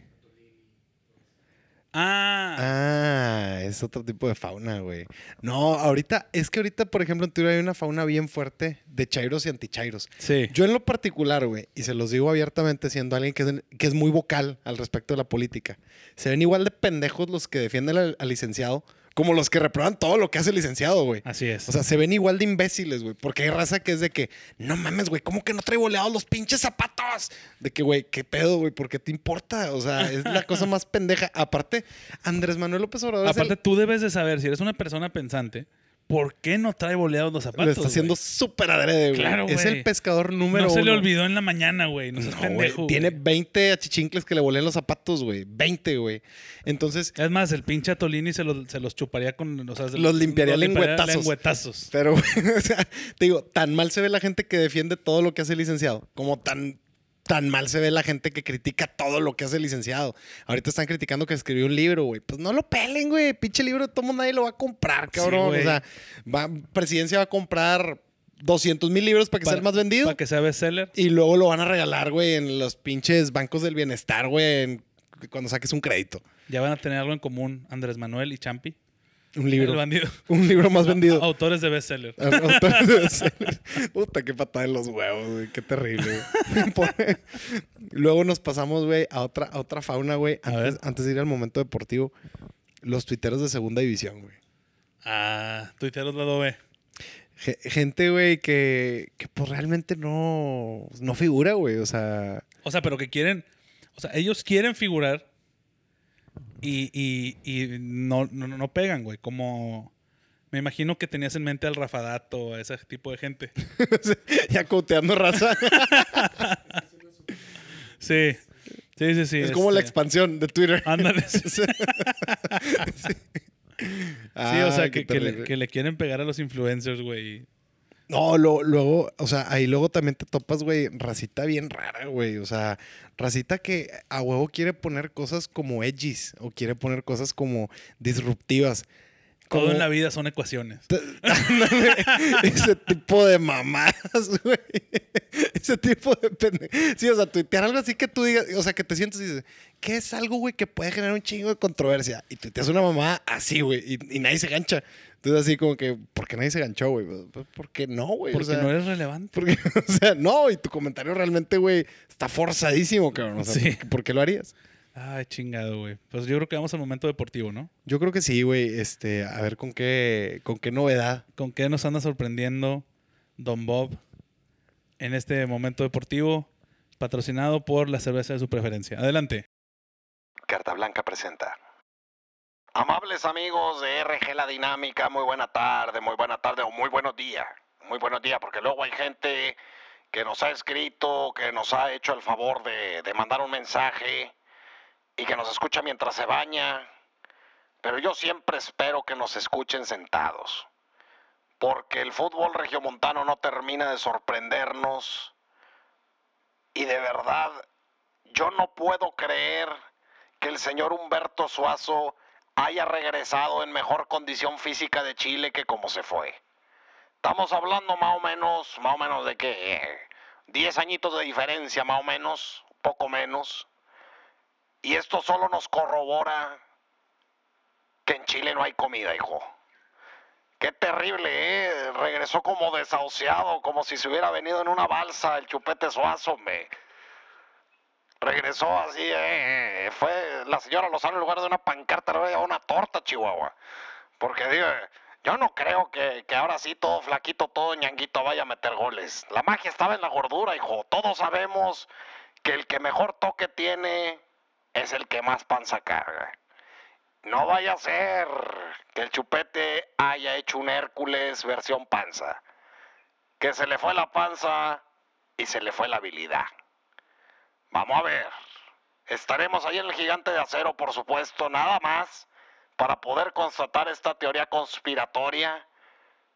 [SPEAKER 2] Ah,
[SPEAKER 3] Ah, es otro tipo de fauna, güey. No, ahorita, es que ahorita, por ejemplo, en Twitter hay una fauna bien fuerte de chairos y antichairos.
[SPEAKER 2] sí.
[SPEAKER 3] Yo en lo particular, güey, y se los digo abiertamente siendo alguien que es, que es muy vocal al respecto de la política, se ven igual de pendejos los que defienden al, al licenciado como los que reprueban todo lo que hace el licenciado, güey.
[SPEAKER 2] Así es.
[SPEAKER 3] O sea, se ven igual de imbéciles, güey. Porque hay raza que es de que, no mames, güey, ¿cómo que no trae boleados los pinches zapatos? De que, güey, ¿qué pedo, güey? ¿Por qué te importa? O sea, es la cosa más pendeja. Aparte, Andrés Manuel López Obrador es el-
[SPEAKER 2] Aparte, tú debes de saber, si eres una persona pensante, ¿por qué no trae boleados los zapatos?
[SPEAKER 3] lo está haciendo
[SPEAKER 2] güey?
[SPEAKER 3] súper adrede, güey.
[SPEAKER 2] Claro,
[SPEAKER 3] es
[SPEAKER 2] güey.
[SPEAKER 3] el pescador número
[SPEAKER 2] No se le
[SPEAKER 3] uno.
[SPEAKER 2] olvidó en la mañana, güey. No seas
[SPEAKER 3] No, güey.
[SPEAKER 2] pendejo. güey.
[SPEAKER 3] Tiene 20 achichincles que le volen los zapatos, güey. 20, güey. Entonces,
[SPEAKER 2] Es más, el pinche Atolini se los, se los chuparía con. O sea, se
[SPEAKER 3] Los limpiaría lengüetazos.
[SPEAKER 2] lengüetazos.
[SPEAKER 3] pero, güey, o sea, te digo, tan mal se ve la gente que defiende todo lo que hace el licenciado, como tan, tan mal se ve la gente que critica todo lo que hace el licenciado. Ahorita están criticando que escribió un libro, güey. Pues no lo pelen, güey. Pinche libro, de todo mundo nadie lo va a comprar,
[SPEAKER 2] Sí,
[SPEAKER 3] cabrón.
[SPEAKER 2] güey.
[SPEAKER 3] o sea, va- presidencia va a comprar 200 mil libros para que sea el más vendido.
[SPEAKER 2] Para que sea bestseller.
[SPEAKER 3] Y luego lo van a regalar, güey, en los pinches bancos del bienestar, güey, en- cuando saques un crédito.
[SPEAKER 2] Ya van a tener algo en común Andrés Manuel y Champi. El
[SPEAKER 3] Un
[SPEAKER 2] Ah,
[SPEAKER 3] libro.
[SPEAKER 2] bandido.
[SPEAKER 3] Un libro más vendido.
[SPEAKER 2] Autores de bestseller.
[SPEAKER 3] Autores de bestsellers. Puta, qué patada en los huevos, güey. Qué terrible, güey. Pobre. Luego nos pasamos, güey, a otra, a otra fauna, güey.
[SPEAKER 2] A
[SPEAKER 3] Antes,
[SPEAKER 2] ver.
[SPEAKER 3] antes de ir al momento deportivo, los tuiteros de segunda división, güey.
[SPEAKER 2] Ah, tuiteros lado B.
[SPEAKER 3] Ge- Gente, güey, que, que pues realmente no, no figura, güey. O sea,
[SPEAKER 2] O sea, pero que quieren. O sea, ellos quieren figurar y, y- y no, no, no pegan, güey. Como. Me imagino que tenías en mente al Rafadato, a ese tipo de gente.
[SPEAKER 3] ya coteando raza.
[SPEAKER 2] Sí. Sí, sí, sí.
[SPEAKER 3] es como la
[SPEAKER 2] este,
[SPEAKER 3] expansión de Twitter.
[SPEAKER 2] Ándale. Sí,
[SPEAKER 3] sí,
[SPEAKER 2] o sea, que, que le, que le quieren pegar a los influencers, güey.
[SPEAKER 3] No, lo- luego, o sea, ahí luego también te topas, güey, racita bien rara, güey. O sea, racita que a huevo quiere poner cosas como edgys o quiere poner cosas como disruptivas.
[SPEAKER 2] Todo
[SPEAKER 3] Como-
[SPEAKER 2] en la vida son ecuaciones.
[SPEAKER 3] Ándale, Ese tipo de mamadas, güey. Ese tipo de pende... Sí, o sea, tuitear algo así que tú digas, o sea, que te sientes y dices, ¿qué es algo, güey, que puede generar un chingo de controversia? Y tuiteas una mamada así, güey, y, y nadie se gancha. Entonces, así como que, ¿por qué nadie se ganchó, güey? Pues, ¿Por qué no, güey? O
[SPEAKER 2] Porque
[SPEAKER 3] sea,
[SPEAKER 2] no eres relevante.
[SPEAKER 3] porque, o sea, no, y tu comentario realmente, güey, está forzadísimo, cabrón. O sea,
[SPEAKER 2] Sí.
[SPEAKER 3] ¿por, qué- por qué lo harías?
[SPEAKER 2] Ay, chingado, güey. Pues yo creo que vamos al momento deportivo, ¿no?
[SPEAKER 3] Yo creo que sí, güey. Este, a ver con qué, con qué novedad.
[SPEAKER 2] ¿Con qué nos anda sorprendiendo Don Bob en este momento deportivo? Patrocinado por la cerveza de su preferencia. Adelante.
[SPEAKER 1] Carta Blanca presenta. Amables amigos de RG La Dinámica, muy buena tarde, muy buena tarde o muy buenos días. Muy buenos días, porque luego hay gente que nos ha escrito, que nos ha hecho el favor de, de mandar un mensaje y que nos escucha mientras se baña. Pero yo siempre espero que nos escuchen sentados, porque el fútbol regiomontano no termina de sorprendernos y de verdad yo no puedo creer que el señor Humberto Suazo haya regresado en mejor condición física de Chile que como se fue. Estamos hablando más o menos, más o menos de que 10 añitos de diferencia, más o menos, poco menos. Y esto solo nos corrobora que en Chile no hay comida, hijo. Qué terrible, ¿eh? Regresó como desahuciado, como si se hubiera venido en una balsa el chupete suazo, me. Regresó así, ¿eh? Fue la señora Lozano en lugar de una pancarta, le había una torta, Chihuahua. Porque digo, yo no creo que, que ahora sí todo flaquito, todo ñanguito vaya a meter goles. La magia estaba en la gordura, hijo. Todos sabemos que el que mejor toque tiene es el que más panza carga. No vaya a ser que el chupete haya hecho un Hércules versión panza. Que se le fue la panza y se le fue la habilidad. Vamos a ver. Estaremos ahí en el gigante de acero, por supuesto, nada más para poder constatar esta teoría conspiratoria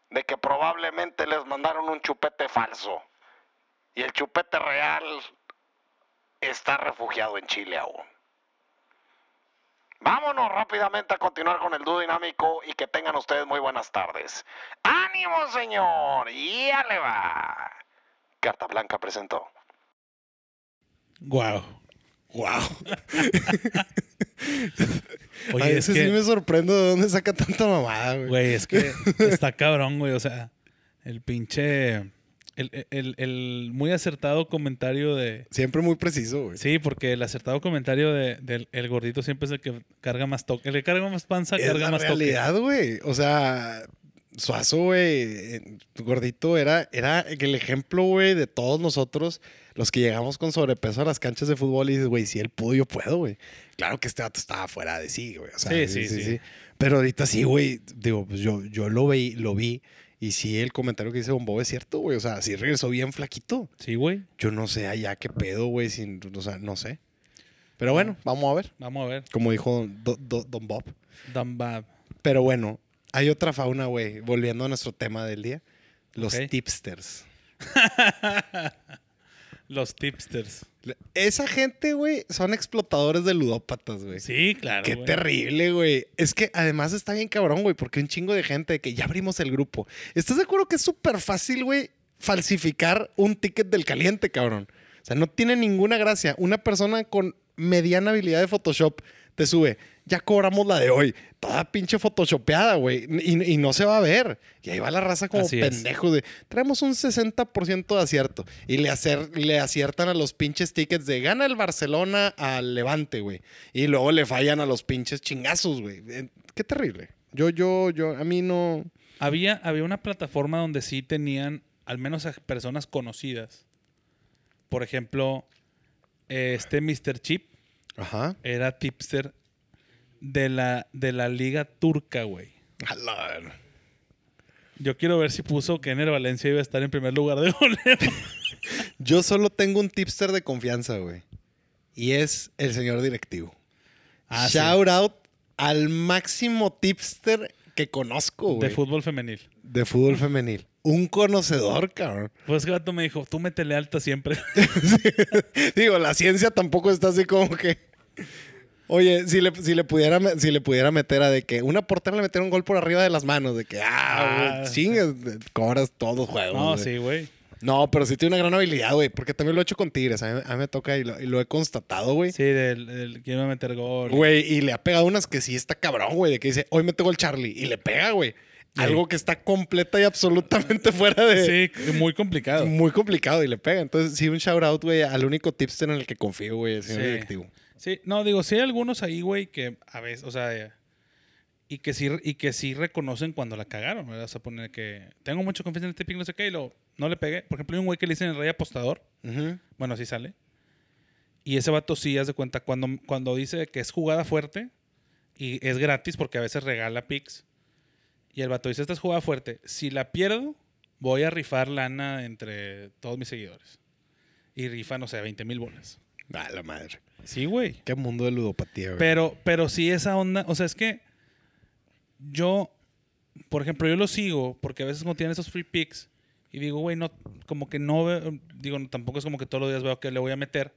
[SPEAKER 1] de que probablemente les mandaron un chupete falso. Y el chupete real está refugiado en Chile aún. Vámonos rápidamente a continuar con el dúo dinámico y que tengan ustedes muy buenas tardes. ¡Ánimo, señor! ¡Y ya le va! Carta Blanca presentó.
[SPEAKER 2] Wow.
[SPEAKER 3] ¡Wow!
[SPEAKER 2] Oye,
[SPEAKER 3] a
[SPEAKER 2] es
[SPEAKER 3] veces
[SPEAKER 2] que,
[SPEAKER 3] sí me sorprendo de dónde saca tanta mamada, güey.
[SPEAKER 2] güey, es que está cabrón, güey. O sea, el pinche. El, el- el muy acertado comentario de.
[SPEAKER 3] Siempre muy preciso, güey.
[SPEAKER 2] Sí, porque el acertado comentario de- del el gordito siempre es el que carga más toque. El que carga más panza,
[SPEAKER 3] es
[SPEAKER 2] carga
[SPEAKER 3] la
[SPEAKER 2] más
[SPEAKER 3] realidad, güey. O sea, Suazo, güey, eh, gordito, era, era el ejemplo, güey, de todos nosotros, los que llegamos con sobrepeso a las canchas de fútbol y dices, güey, si él pudo, yo puedo, güey. Claro que este vato estaba fuera de sí, güey. O sea,
[SPEAKER 2] Sí, sí, sí.
[SPEAKER 3] Pero ahorita sí, güey, digo, pues yo, yo lo vi, lo vi. Y sí, el comentario que dice Bombo es cierto, güey. O sea, sí regresó bien flaquito.
[SPEAKER 2] toque. Sí, güey.
[SPEAKER 3] Yo no sé allá qué pedo, güey, sin, o sea, no sé. Pero bueno, vamos a ver.
[SPEAKER 2] Vamos a ver.
[SPEAKER 3] Como dijo Don- Don- Don Bob.
[SPEAKER 2] Dambab.
[SPEAKER 3] Pero bueno, hay otra fauna, güey. Volviendo a nuestro tema del día. Los
[SPEAKER 2] Ok.
[SPEAKER 3] tipsters.
[SPEAKER 2] Los tipsters.
[SPEAKER 3] Le- Esa gente, güey, son explotadores de ludópatas, güey.
[SPEAKER 2] Sí, claro.
[SPEAKER 3] Qué
[SPEAKER 2] güey.
[SPEAKER 3] terrible, güey. Es que además está bien cabrón, güey, porque un chingo de gente de que ya abrimos el grupo. ¿Estás de acuerdo que es súper fácil, güey, falsificar un ticket del caliente, cabrón? O sea, no tiene ninguna gracia. Una persona con mediana habilidad de Photoshop te sube. Ya cobramos la de hoy. Toda pinche photoshopeada, güey. Y, y no se va a ver. Y ahí va la raza como
[SPEAKER 2] Así es.
[SPEAKER 3] pendejo de... Traemos un 60% de acierto. Y le, acer- le aciertan a los pinches tickets de gana el Barcelona al Levante, güey. Y luego le fallan a los pinches chingazos, güey. Eh, Qué terrible. Yo, yo, yo, a mí no.
[SPEAKER 2] Había, había una plataforma donde sí tenían al menos a personas conocidas. Por ejemplo, eh, este Mr. Chip
[SPEAKER 3] Ajá.
[SPEAKER 2] era tipster de la, de la liga turca, güey. Yo quiero ver si puso que Ener Valencia iba a estar en primer lugar de goleo.
[SPEAKER 3] Yo solo tengo un tipster de confianza, güey. Y es el señor directivo.
[SPEAKER 2] Ah, sí.
[SPEAKER 3] Shout out al máximo tipster que conozco, güey.
[SPEAKER 2] De fútbol femenil.
[SPEAKER 3] de fútbol femenil. Un conocedor, cabrón.
[SPEAKER 2] Pues que vato me dijo, tú métele alta siempre.
[SPEAKER 3] Digo, la ciencia tampoco está así como que. Oye, si le, si le pudiera me- si le pudiera meter a de que una portera le metiera un gol por arriba de las manos, de que
[SPEAKER 2] Ah,
[SPEAKER 3] ah, güey,
[SPEAKER 2] sí.
[SPEAKER 3] chingas, cobras todos juegos.
[SPEAKER 2] no,
[SPEAKER 3] güey.
[SPEAKER 2] sí, güey.
[SPEAKER 3] No, pero sí tiene una gran habilidad, güey, porque también lo he hecho con Tigres, a mí, a mí me toca y lo, y lo he constatado, güey.
[SPEAKER 2] Sí, del, del que iba a meter gol.
[SPEAKER 3] Güey, y le ha pegado unas que sí está cabrón, güey, de que dice, hoy me tengo el Charlie y le pega, güey.
[SPEAKER 2] Sí.
[SPEAKER 3] Algo que está completa y absolutamente fuera de,
[SPEAKER 2] Sí, muy complicado.
[SPEAKER 3] muy complicado y le pega. Entonces, sí, un shout out, güey, al único tipster en el que confío, güey, el señor
[SPEAKER 2] Sí.
[SPEAKER 3] directivo.
[SPEAKER 2] Sí, no, digo, sí hay algunos ahí, güey, que a veces, o sea, eh, y que sí, y que sí reconocen cuando la cagaron, ¿verdad? O sea, poner que tengo mucha confianza en este pick, no sé qué, y lo, no le pegué. Por ejemplo, hay un güey que le dicen el rey apostador,
[SPEAKER 3] Ujú.
[SPEAKER 2] bueno, así sale. Y ese vato sí, haz de cuenta, cuando, cuando dice que es jugada fuerte y es gratis porque a veces regala picks. Y el vato dice, esta es jugada fuerte. Si la pierdo, voy a rifar lana entre todos mis seguidores. Y rifa, no sé, 20 mil bolas.
[SPEAKER 3] A la madre.
[SPEAKER 2] Sí, güey.
[SPEAKER 3] Qué mundo de ludopatía, güey.
[SPEAKER 2] Pero, pero sí esa onda, o sea, es que yo, por ejemplo, yo lo sigo porque a veces no tienen esos free picks y digo, güey, no, como que no veo, digo, no, tampoco es como que todos los días veo que le voy a meter,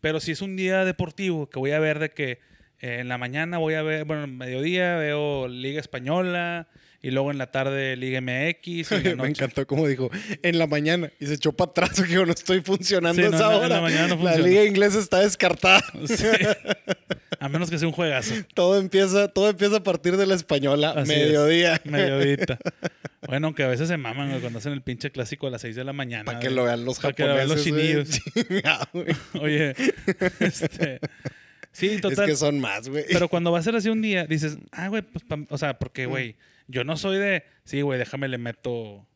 [SPEAKER 2] pero si es un día deportivo que voy a ver de que eh, en la mañana voy a ver, bueno, en mediodía veo Liga Española Y luego en la tarde Liga MX. y en la
[SPEAKER 3] Me
[SPEAKER 2] noche-
[SPEAKER 3] encantó como dijo, en la mañana. Y se echó para atrás porque dijo, no estoy funcionando
[SPEAKER 2] Sí,
[SPEAKER 3] a
[SPEAKER 2] no,
[SPEAKER 3] esa
[SPEAKER 2] no, en la
[SPEAKER 3] hora.
[SPEAKER 2] mañana no
[SPEAKER 3] la
[SPEAKER 2] funciona.
[SPEAKER 3] liga inglesa está descartada.
[SPEAKER 2] Sí. A menos que sea un juegazo.
[SPEAKER 3] Todo empieza, todo empieza a partir de la española,
[SPEAKER 2] Así es.
[SPEAKER 3] mediodía.
[SPEAKER 2] Mediodita. Bueno, aunque a veces se maman güey, cuando hacen el pinche clásico a las 6 de la mañana.
[SPEAKER 3] Para que
[SPEAKER 2] güey.
[SPEAKER 3] lo vean los
[SPEAKER 2] Para que lo vean los
[SPEAKER 3] japoneses. güey.
[SPEAKER 2] chinillos.
[SPEAKER 3] Chingado, güey.
[SPEAKER 2] Oye, este, sí,
[SPEAKER 3] es
[SPEAKER 2] total.
[SPEAKER 3] que son más, güey.
[SPEAKER 2] Pero cuando va a ser así un día, dices, ah, güey, pues, pam- o sea,
[SPEAKER 3] Mm.
[SPEAKER 2] porque, güey, yo no soy de, sí, güey, déjame le meto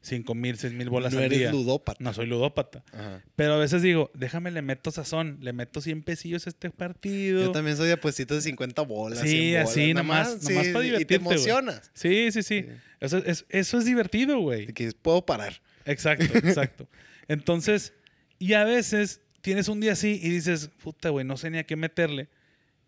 [SPEAKER 2] cinco mil, seis mil bolas
[SPEAKER 3] no
[SPEAKER 2] al
[SPEAKER 3] eres
[SPEAKER 2] día.
[SPEAKER 3] ludópata.
[SPEAKER 2] No soy ludópata.
[SPEAKER 3] Ajá.
[SPEAKER 2] Pero a veces digo, déjame le meto sazón, le meto 100 pesillos a este partido.
[SPEAKER 3] Yo también soy de apuestitos de 50 bolas.
[SPEAKER 2] Sí,
[SPEAKER 3] 100 bolas,
[SPEAKER 2] así, nomás- nomás para
[SPEAKER 3] Y te
[SPEAKER 2] divertirte, güey.
[SPEAKER 3] emocionas.
[SPEAKER 2] Sí, sí, sí. Eso es, eso es divertido, güey.
[SPEAKER 3] De que puedo parar.
[SPEAKER 2] Exacto, exacto. Entonces, y a veces tienes un día así y dices, puta, güey, no sé ni a qué meterle.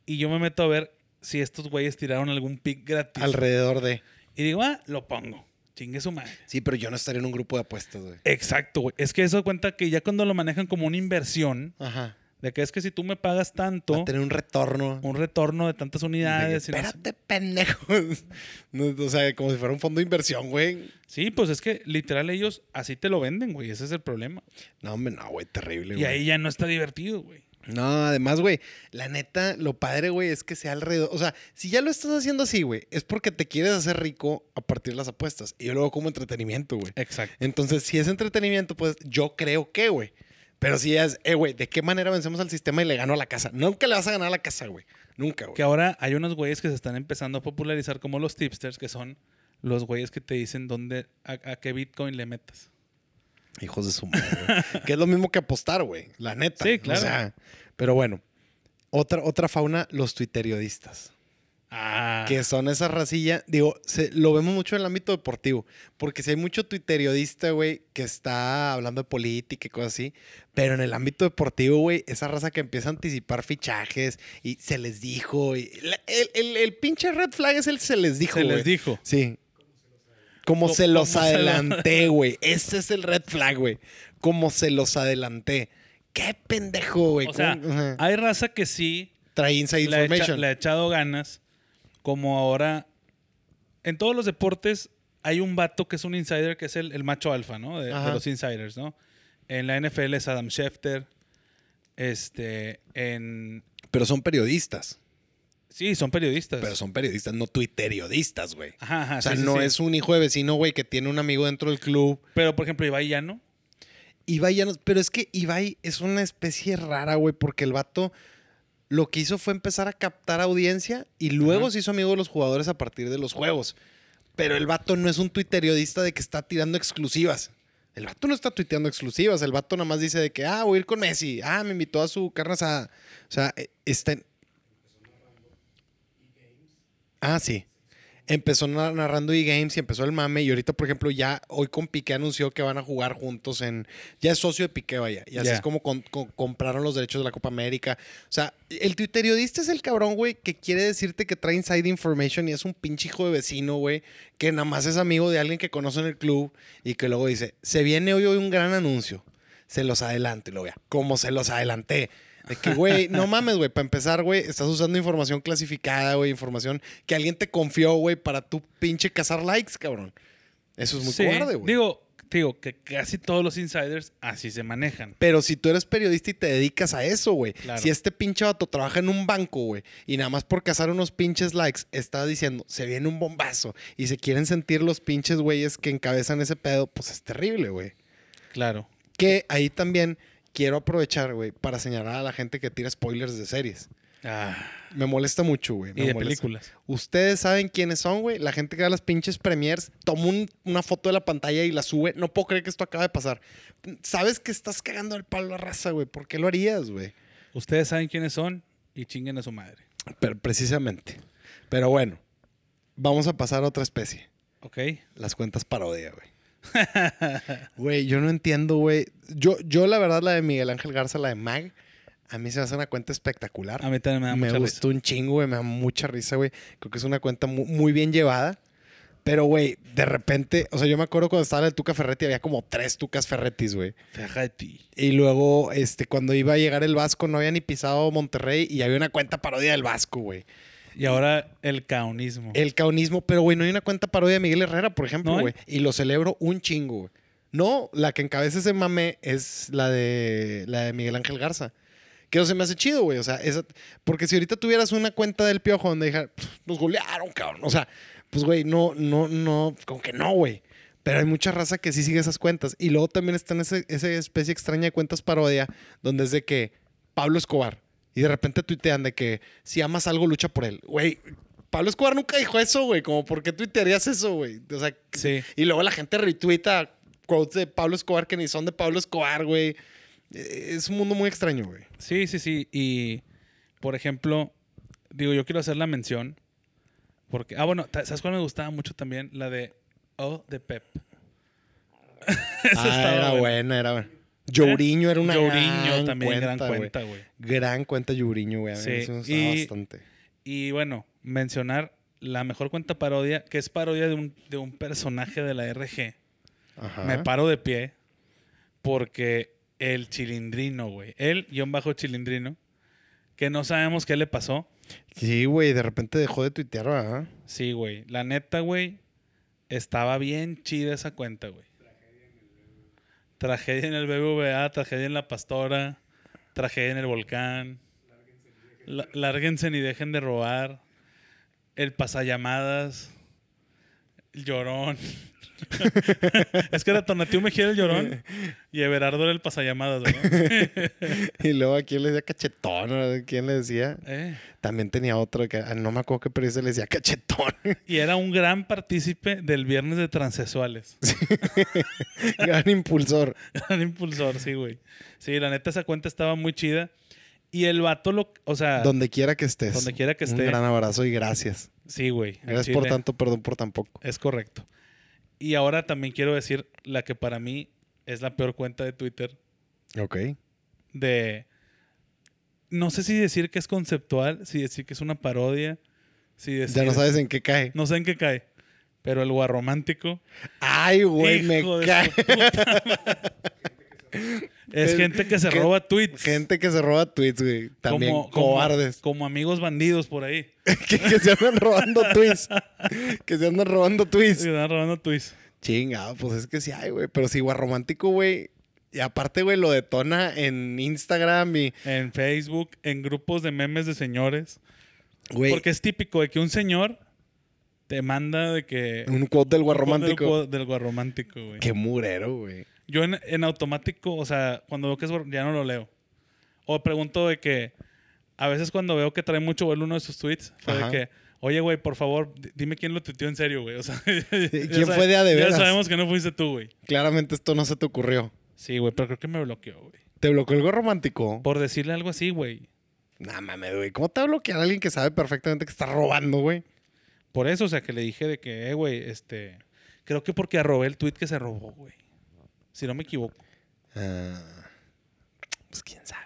[SPEAKER 2] Y yo me meto a ver si estos güeyes tiraron algún pick gratis.
[SPEAKER 3] Alrededor de.
[SPEAKER 2] y digo, ah, lo pongo. Chingue su madre.
[SPEAKER 3] Sí, pero yo no estaría en un grupo de apuestas, güey.
[SPEAKER 2] Exacto, güey. Es que eso cuenta que ya cuando lo manejan como una inversión,
[SPEAKER 3] Ajá.
[SPEAKER 2] de que es que si tú me pagas
[SPEAKER 3] Va
[SPEAKER 2] tanto,
[SPEAKER 3] a tener un retorno.
[SPEAKER 2] un retorno de tantas
[SPEAKER 3] De que,
[SPEAKER 2] unidades. y no sé-
[SPEAKER 3] Espérate, pendejos. No, o sea, como si fuera un fondo de inversión, güey.
[SPEAKER 2] Sí, pues es que literal ellos así te lo venden, güey. Ese es el problema.
[SPEAKER 3] No, hombre, no, güey, terrible,
[SPEAKER 2] Y
[SPEAKER 3] güey.
[SPEAKER 2] ahí ya no está divertido, güey.
[SPEAKER 3] No, además, güey, la neta, lo padre, güey, es que sea alrededor. O sea, si ya lo estás haciendo así, güey, es porque te quieres hacer rico a partir de las apuestas. Y yo luego como entretenimiento, güey.
[SPEAKER 2] Exacto.
[SPEAKER 3] Entonces, si es entretenimiento, pues yo creo que, güey. Pero si es, eh, güey, ¿de qué manera vencemos al sistema y le gano a la casa? Nunca le vas a ganar a la casa, güey. Nunca,
[SPEAKER 2] Que
[SPEAKER 3] güey.
[SPEAKER 2] ahora hay unos güeyes que se están empezando a popularizar como los tipsters, que son los güeyes que te dicen dónde, a, a qué Bitcoin le metas.
[SPEAKER 3] Hijos de su madre. güey. que es lo mismo que apostar, güey. La neta.
[SPEAKER 2] Sí, claro.
[SPEAKER 3] O sea, pero bueno. Otra, otra fauna, los tuiteriodistas.
[SPEAKER 2] Ah,
[SPEAKER 3] que son esa racilla. Digo, se- lo vemos mucho en el ámbito deportivo, porque si hay mucho tuiteriodista, güey, que está hablando de política y cosas así, pero en el ámbito deportivo, güey, esa raza que empieza a anticipar fichajes y se les dijo, y la- el, el- el pinche red flag es el se les dijo,
[SPEAKER 2] se
[SPEAKER 3] güey.
[SPEAKER 2] les dijo.
[SPEAKER 3] Sí. Como
[SPEAKER 2] Co-
[SPEAKER 3] se los
[SPEAKER 2] como se lo-
[SPEAKER 3] adelanté, güey. Ese es el red flag, güey. Como se los adelanté. Qué pendejo, güey.
[SPEAKER 2] O sea,
[SPEAKER 3] ¿Cómo? Ajá.
[SPEAKER 2] hay raza que sí
[SPEAKER 3] trae inside
[SPEAKER 2] le ha, echa-
[SPEAKER 3] information.
[SPEAKER 2] le ha echado ganas, como ahora. En todos los deportes hay un vato que es un insider, que es el, el macho alfa, ¿no? De, de
[SPEAKER 3] Ajá.
[SPEAKER 2] los insiders, ¿no? En la NFL es Adam Schefter. Este, en...
[SPEAKER 3] Pero son periodistas.
[SPEAKER 2] Sí, son periodistas.
[SPEAKER 3] Pero son periodistas, no tuiteriodistas, güey.
[SPEAKER 2] Ajá, ajá,
[SPEAKER 3] O sea,
[SPEAKER 2] Ah, sí, sí,
[SPEAKER 3] no
[SPEAKER 2] sí.
[SPEAKER 3] es un hijo de vecino, güey, que tiene un amigo dentro del club.
[SPEAKER 2] Pero, por ejemplo, Ibai Llano.
[SPEAKER 3] Ibai ya no- Pero es que Ibai es una especie rara, güey, porque el vato lo que hizo fue empezar a captar audiencia y luego
[SPEAKER 2] Ajá.
[SPEAKER 3] se hizo amigo de los jugadores a partir de los juegos. Pero el vato no es un tuiteriodista de que está tirando exclusivas. El vato no está tuiteando exclusivas. El vato nada más dice de que, ah, voy a ir con Messi. Ah, me invitó a su carne asada. O sea, eh, está en... Ah, sí. Empezó na- narrando e-games y empezó el mame. Y ahorita, por ejemplo, ya hoy con Piqué anunció que van a jugar juntos en. Ya es socio de Piqué, vaya. Y así
[SPEAKER 2] Ya.
[SPEAKER 3] es como con- con- compraron los derechos de la Copa América. O sea, el tuiteriodista es el cabrón, güey, que quiere decirte que trae inside information y es un pinche hijo de vecino, güey, que nada más es amigo de alguien que conoce en el club y que luego dice: Se viene hoy, hoy un gran anuncio. Se los adelanto y lo vea. Como se los adelanté. De que, güey, no mames, güey. Para empezar, güey, estás usando información clasificada, güey. Información que alguien te confió, güey, para tu pinche cazar likes, cabrón. Eso es muy
[SPEAKER 2] Sí,
[SPEAKER 3] cobarde, güey.
[SPEAKER 2] Digo, digo que casi todos los insiders así se manejan.
[SPEAKER 3] Pero si tú eres periodista y te dedicas a eso, güey.
[SPEAKER 2] Claro.
[SPEAKER 3] Si este pinche vato trabaja en un banco, güey, y nada más por cazar unos pinches likes, está diciendo, se viene un bombazo y se quieren sentir los pinches güeyes que encabezan ese pedo, pues es terrible, güey.
[SPEAKER 2] Claro.
[SPEAKER 3] Que ahí también quiero aprovechar, güey, para señalar a la gente que tira spoilers de series. Me molesta mucho, güey. me
[SPEAKER 2] Ah, y de
[SPEAKER 3] molesta.
[SPEAKER 2] películas.
[SPEAKER 3] Ustedes saben quiénes son, güey. La gente que da las pinches premiers toma un- una foto de la pantalla y la sube. No puedo creer que esto acaba de pasar. Sabes que estás cagando el palo a raza, güey. ¿Por qué lo harías, güey?
[SPEAKER 2] Ustedes saben quiénes son y chinguen a su madre.
[SPEAKER 3] Pero precisamente. Pero bueno, vamos a pasar a otra especie.
[SPEAKER 2] ¿Ok?
[SPEAKER 3] Las cuentas parodia, güey. Güey, yo no entiendo, güey. Yo, yo, la verdad, la de Miguel Ángel Garza, la de Mag, a mí se me hace una cuenta espectacular.
[SPEAKER 2] A mí también me da
[SPEAKER 3] me
[SPEAKER 2] mucha risa.
[SPEAKER 3] gustó un chingo, güey. Me da mucha risa, güey. Creo que es una cuenta mu- muy, bien llevada. Pero, güey, de repente, o sea, yo me acuerdo cuando estaba el Tuca Ferretti, había como tres Tucas Ferretis, güey.
[SPEAKER 2] Ferretti.
[SPEAKER 3] Y luego, este, cuando iba a llegar el Vasco, no había ni pisado Monterrey y había una cuenta parodia del Vasco, güey.
[SPEAKER 2] Y ahora el caonismo.
[SPEAKER 3] El caonismo, pero güey, no hay una cuenta parodia de Miguel Herrera, por
[SPEAKER 2] ¿No
[SPEAKER 3] ejemplo,
[SPEAKER 2] hay?
[SPEAKER 3] güey. y lo celebro un chingo, güey. No, la que encabeza ese mame es la de la de Miguel Ángel Garza. Que eso se me hace chido, güey. O sea, esa- porque si ahorita tuvieras una cuenta del piojo donde dijera, "Pff, nos golearon, cabrón. O sea, pues güey, no, no, no, como que no, güey. Pero hay mucha raza que sí sigue esas cuentas. Y luego también están ese- esa especie extraña de cuentas parodia, donde es de que Pablo Escobar. Y de repente tuitean de que si amas algo, lucha por él. Güey, Pablo Escobar nunca dijo eso, güey. Como, ¿por qué tuitearías eso, güey? O sea,
[SPEAKER 2] Sí.
[SPEAKER 3] y luego la gente retuita quotes de Pablo Escobar que ni son de Pablo Escobar, güey. Eh, Es un mundo muy extraño, güey.
[SPEAKER 2] Sí, sí, sí. Y, por ejemplo, digo, yo quiero hacer la mención. Porque, ah, bueno, ta- ¿sabes cuál me gustaba mucho también? La de Oh, de Pep. Esa
[SPEAKER 3] Ah,
[SPEAKER 2] estaba
[SPEAKER 3] era buena, era buena. Yuriño era una
[SPEAKER 2] Yoriño
[SPEAKER 3] gran
[SPEAKER 2] también,
[SPEAKER 3] cuenta,
[SPEAKER 2] gran
[SPEAKER 3] güey.
[SPEAKER 2] cuenta, güey.
[SPEAKER 3] Gran cuenta Yuriño, güey. A mí
[SPEAKER 2] Sí,
[SPEAKER 3] sí me gustaba
[SPEAKER 2] y-
[SPEAKER 3] bastante.
[SPEAKER 2] Y bueno, mencionar la mejor cuenta parodia, que es parodia de un, de un personaje de la RG.
[SPEAKER 3] Ajá.
[SPEAKER 2] Me paro de pie porque el chilindrino, güey. El guión bajo chilindrino, que no sabemos qué le pasó.
[SPEAKER 3] Sí, güey, de repente dejó de tuitear, ¿verdad?
[SPEAKER 2] Sí, güey. La neta, güey, estaba bien chida esa cuenta, güey. Tragedia en el BBVA, tragedia en la pastora, tragedia en el volcán. La- Lárguense ni dejen de robar. El pasallamadas. El llorón. es que era Tonatiuh Mejía el llorón y Everardo era el pasallamadas, ¿verdad?
[SPEAKER 3] Y luego a quién le decía cachetón, ¿A quién le decía.
[SPEAKER 2] Eh.
[SPEAKER 3] También tenía otro que ah, no me acuerdo qué periodista le decía cachetón.
[SPEAKER 2] Y era un gran partícipe del viernes de transexuales.
[SPEAKER 3] gran impulsor.
[SPEAKER 2] Gran impulsor, sí, güey. Sí, la neta, esa cuenta estaba muy chida. Y el vato lo. O sea.
[SPEAKER 3] Donde quiera que estés.
[SPEAKER 2] Ah. Donde quiera que
[SPEAKER 3] Un
[SPEAKER 2] esté.
[SPEAKER 3] gran abrazo y gracias.
[SPEAKER 2] Sí, güey. al
[SPEAKER 3] Gracias por
[SPEAKER 2] chile,
[SPEAKER 3] tanto, perdón por tan poco.
[SPEAKER 2] Es correcto. Y ahora también quiero decir la que para mí es la peor cuenta de Twitter.
[SPEAKER 3] Ok.
[SPEAKER 2] De. No sé si decir que es conceptual, si decir que es una parodia, si decir.
[SPEAKER 3] Ya no sabes en qué cae.
[SPEAKER 2] No sé en qué cae. Pero el guarromántico.
[SPEAKER 3] Ay, güey, me
[SPEAKER 2] hijo de su
[SPEAKER 3] cae.
[SPEAKER 2] puta madre. es
[SPEAKER 3] El-
[SPEAKER 2] gente que se
[SPEAKER 3] gen-
[SPEAKER 2] roba tweets.
[SPEAKER 3] Gente que se roba tweets, güey. También
[SPEAKER 2] Como- como-
[SPEAKER 3] cobardes.
[SPEAKER 2] Como, amigos bandidos por ahí.
[SPEAKER 3] que, que se andan robando tweets. que se andan robando
[SPEAKER 2] Se
[SPEAKER 3] tweets.
[SPEAKER 2] están robando tweets.
[SPEAKER 3] Chinga, pues es que sí hay, güey. Pero sí, guarromántico, güey. Y aparte, güey, lo detona en Instagram y,
[SPEAKER 2] En Facebook, en grupos de memes de señores.
[SPEAKER 3] güey,
[SPEAKER 2] Porque es típico de que un señor te manda de que.
[SPEAKER 3] un quote del
[SPEAKER 2] Del,
[SPEAKER 3] guarromántico.
[SPEAKER 2] gua- del guarromántico, güey.
[SPEAKER 3] Qué murero, güey.
[SPEAKER 2] Yo en, en automático, o sea, cuando veo que es guar- ya no lo leo. O pregunto de que. A veces cuando veo que trae mucho vuelo uno de sus tweets, fue
[SPEAKER 3] Ajá.
[SPEAKER 2] de que. Oye, güey, por favor, di- dime quién lo tuiteó en serio, güey. O sea, ¿quién
[SPEAKER 3] ¿quién fue de a de
[SPEAKER 2] Ya
[SPEAKER 3] veras?
[SPEAKER 2] sabemos que no fuiste tú, güey.
[SPEAKER 3] Claramente esto no se te ocurrió.
[SPEAKER 2] Sí, güey, pero creo que me bloqueó, güey.
[SPEAKER 3] ¿Te bloqueó el guarromántico?
[SPEAKER 2] Por decirle algo así, güey.
[SPEAKER 3] Nah, mames, güey. ¿Cómo te va a bloquear a alguien que sabe perfectamente que está robando, güey?
[SPEAKER 2] Por eso, o sea, que le dije de que, eh, güey, este. Creo que porque arrobé el tweet que se robó, güey. Si no me equivoco.
[SPEAKER 3] Ah, pues quién sabe.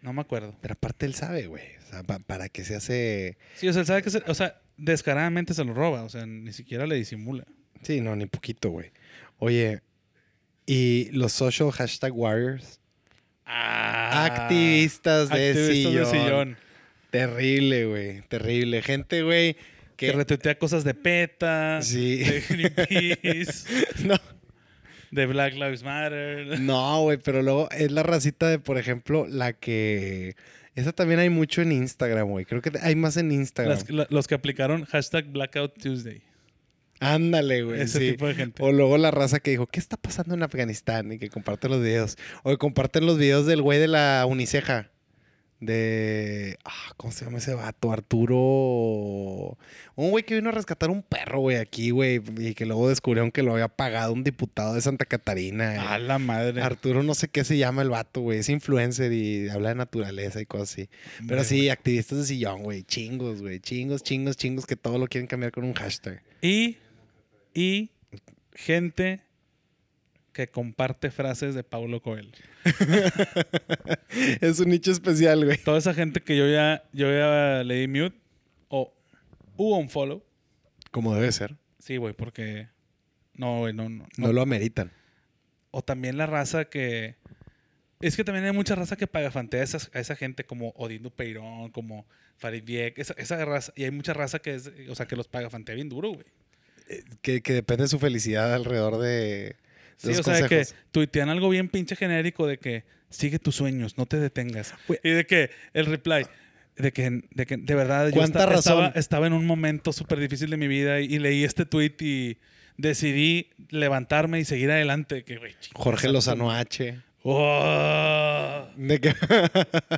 [SPEAKER 2] No me acuerdo.
[SPEAKER 3] Pero aparte él sabe, güey. O sea, pa- para que se hace.
[SPEAKER 2] Sí, o sea, él sabe que se- O sea, descaradamente se lo roba. O sea, ni siquiera le disimula.
[SPEAKER 3] Sí, no, ni poquito, güey. Oye, ¿y los social hashtag warriors? Ah,
[SPEAKER 2] Ah,
[SPEAKER 3] activistas de sillón. Terrible, güey. Terrible. Gente, güey,
[SPEAKER 2] Que
[SPEAKER 3] que.
[SPEAKER 2] retuitea cosas de PETA.
[SPEAKER 3] Sí.
[SPEAKER 2] De Greenpeace.
[SPEAKER 3] No,
[SPEAKER 2] de Black Lives Matter.
[SPEAKER 3] no, güey, pero luego es la racita de, por ejemplo, la que. Esa también hay mucho en Instagram, güey. Creo que hay más en Instagram.
[SPEAKER 2] Las- la- los que aplicaron hashtag Blackout Tuesday.
[SPEAKER 3] Ándale, güey.
[SPEAKER 2] Ese
[SPEAKER 3] sí.
[SPEAKER 2] tipo de gente.
[SPEAKER 3] O luego la raza que dijo, ¿qué está pasando en Afganistán? Y que comparten los videos. O que comparten los videos del güey de la uniceja. De. Ah, ¿Cómo se llama ese vato? Arturo. Un güey que vino a rescatar un perro, güey, aquí, güey. Y que luego descubrieron que lo había pagado un diputado de Santa Catarina.
[SPEAKER 2] A la madre.
[SPEAKER 3] Arturo no sé qué se llama el vato, güey. Es influencer y habla de naturaleza y cosas así. Pero
[SPEAKER 2] Hombre,
[SPEAKER 3] sí,
[SPEAKER 2] güey.
[SPEAKER 3] activistas de sillón, güey. Chingos, güey. Chingos, chingos, chingos. Que todo lo quieren cambiar con un hashtag.
[SPEAKER 2] Y, y gente que comparte frases de Paulo Coelho.
[SPEAKER 3] Es un nicho especial, güey.
[SPEAKER 2] Toda esa gente que yo ya, yo ya le di mute o hubo un follow.
[SPEAKER 3] Como debe ser.
[SPEAKER 2] Sí, güey, porque no, güey, no, no,
[SPEAKER 3] No,
[SPEAKER 2] no.
[SPEAKER 3] lo ameritan.
[SPEAKER 2] O también la raza que Es que también hay mucha raza que pagafantea a, esas- a esa gente como Odín Peirón, como Farid Dieck, esa, esa raza. Y hay mucha raza que, es, o sea, que los pagafantea bien duro, güey.
[SPEAKER 3] Que, que depende de su felicidad alrededor de, de
[SPEAKER 2] Sí,
[SPEAKER 3] los
[SPEAKER 2] o sea, de que
[SPEAKER 3] consejos.
[SPEAKER 2] tuitean algo bien pinche genérico de que sigue tus sueños, no te detengas.
[SPEAKER 3] Güey.
[SPEAKER 2] Y de que el reply, de que de, que, de verdad yo
[SPEAKER 3] ¿Cuánta
[SPEAKER 2] esta- estaba,
[SPEAKER 3] razón?
[SPEAKER 2] estaba en un momento súper difícil de mi vida y, y leí este tweet y decidí levantarme y seguir adelante. Que, güey, chinga,
[SPEAKER 3] Jorge
[SPEAKER 2] o sea,
[SPEAKER 3] Lozano H.
[SPEAKER 2] ¡Oh!
[SPEAKER 3] De que...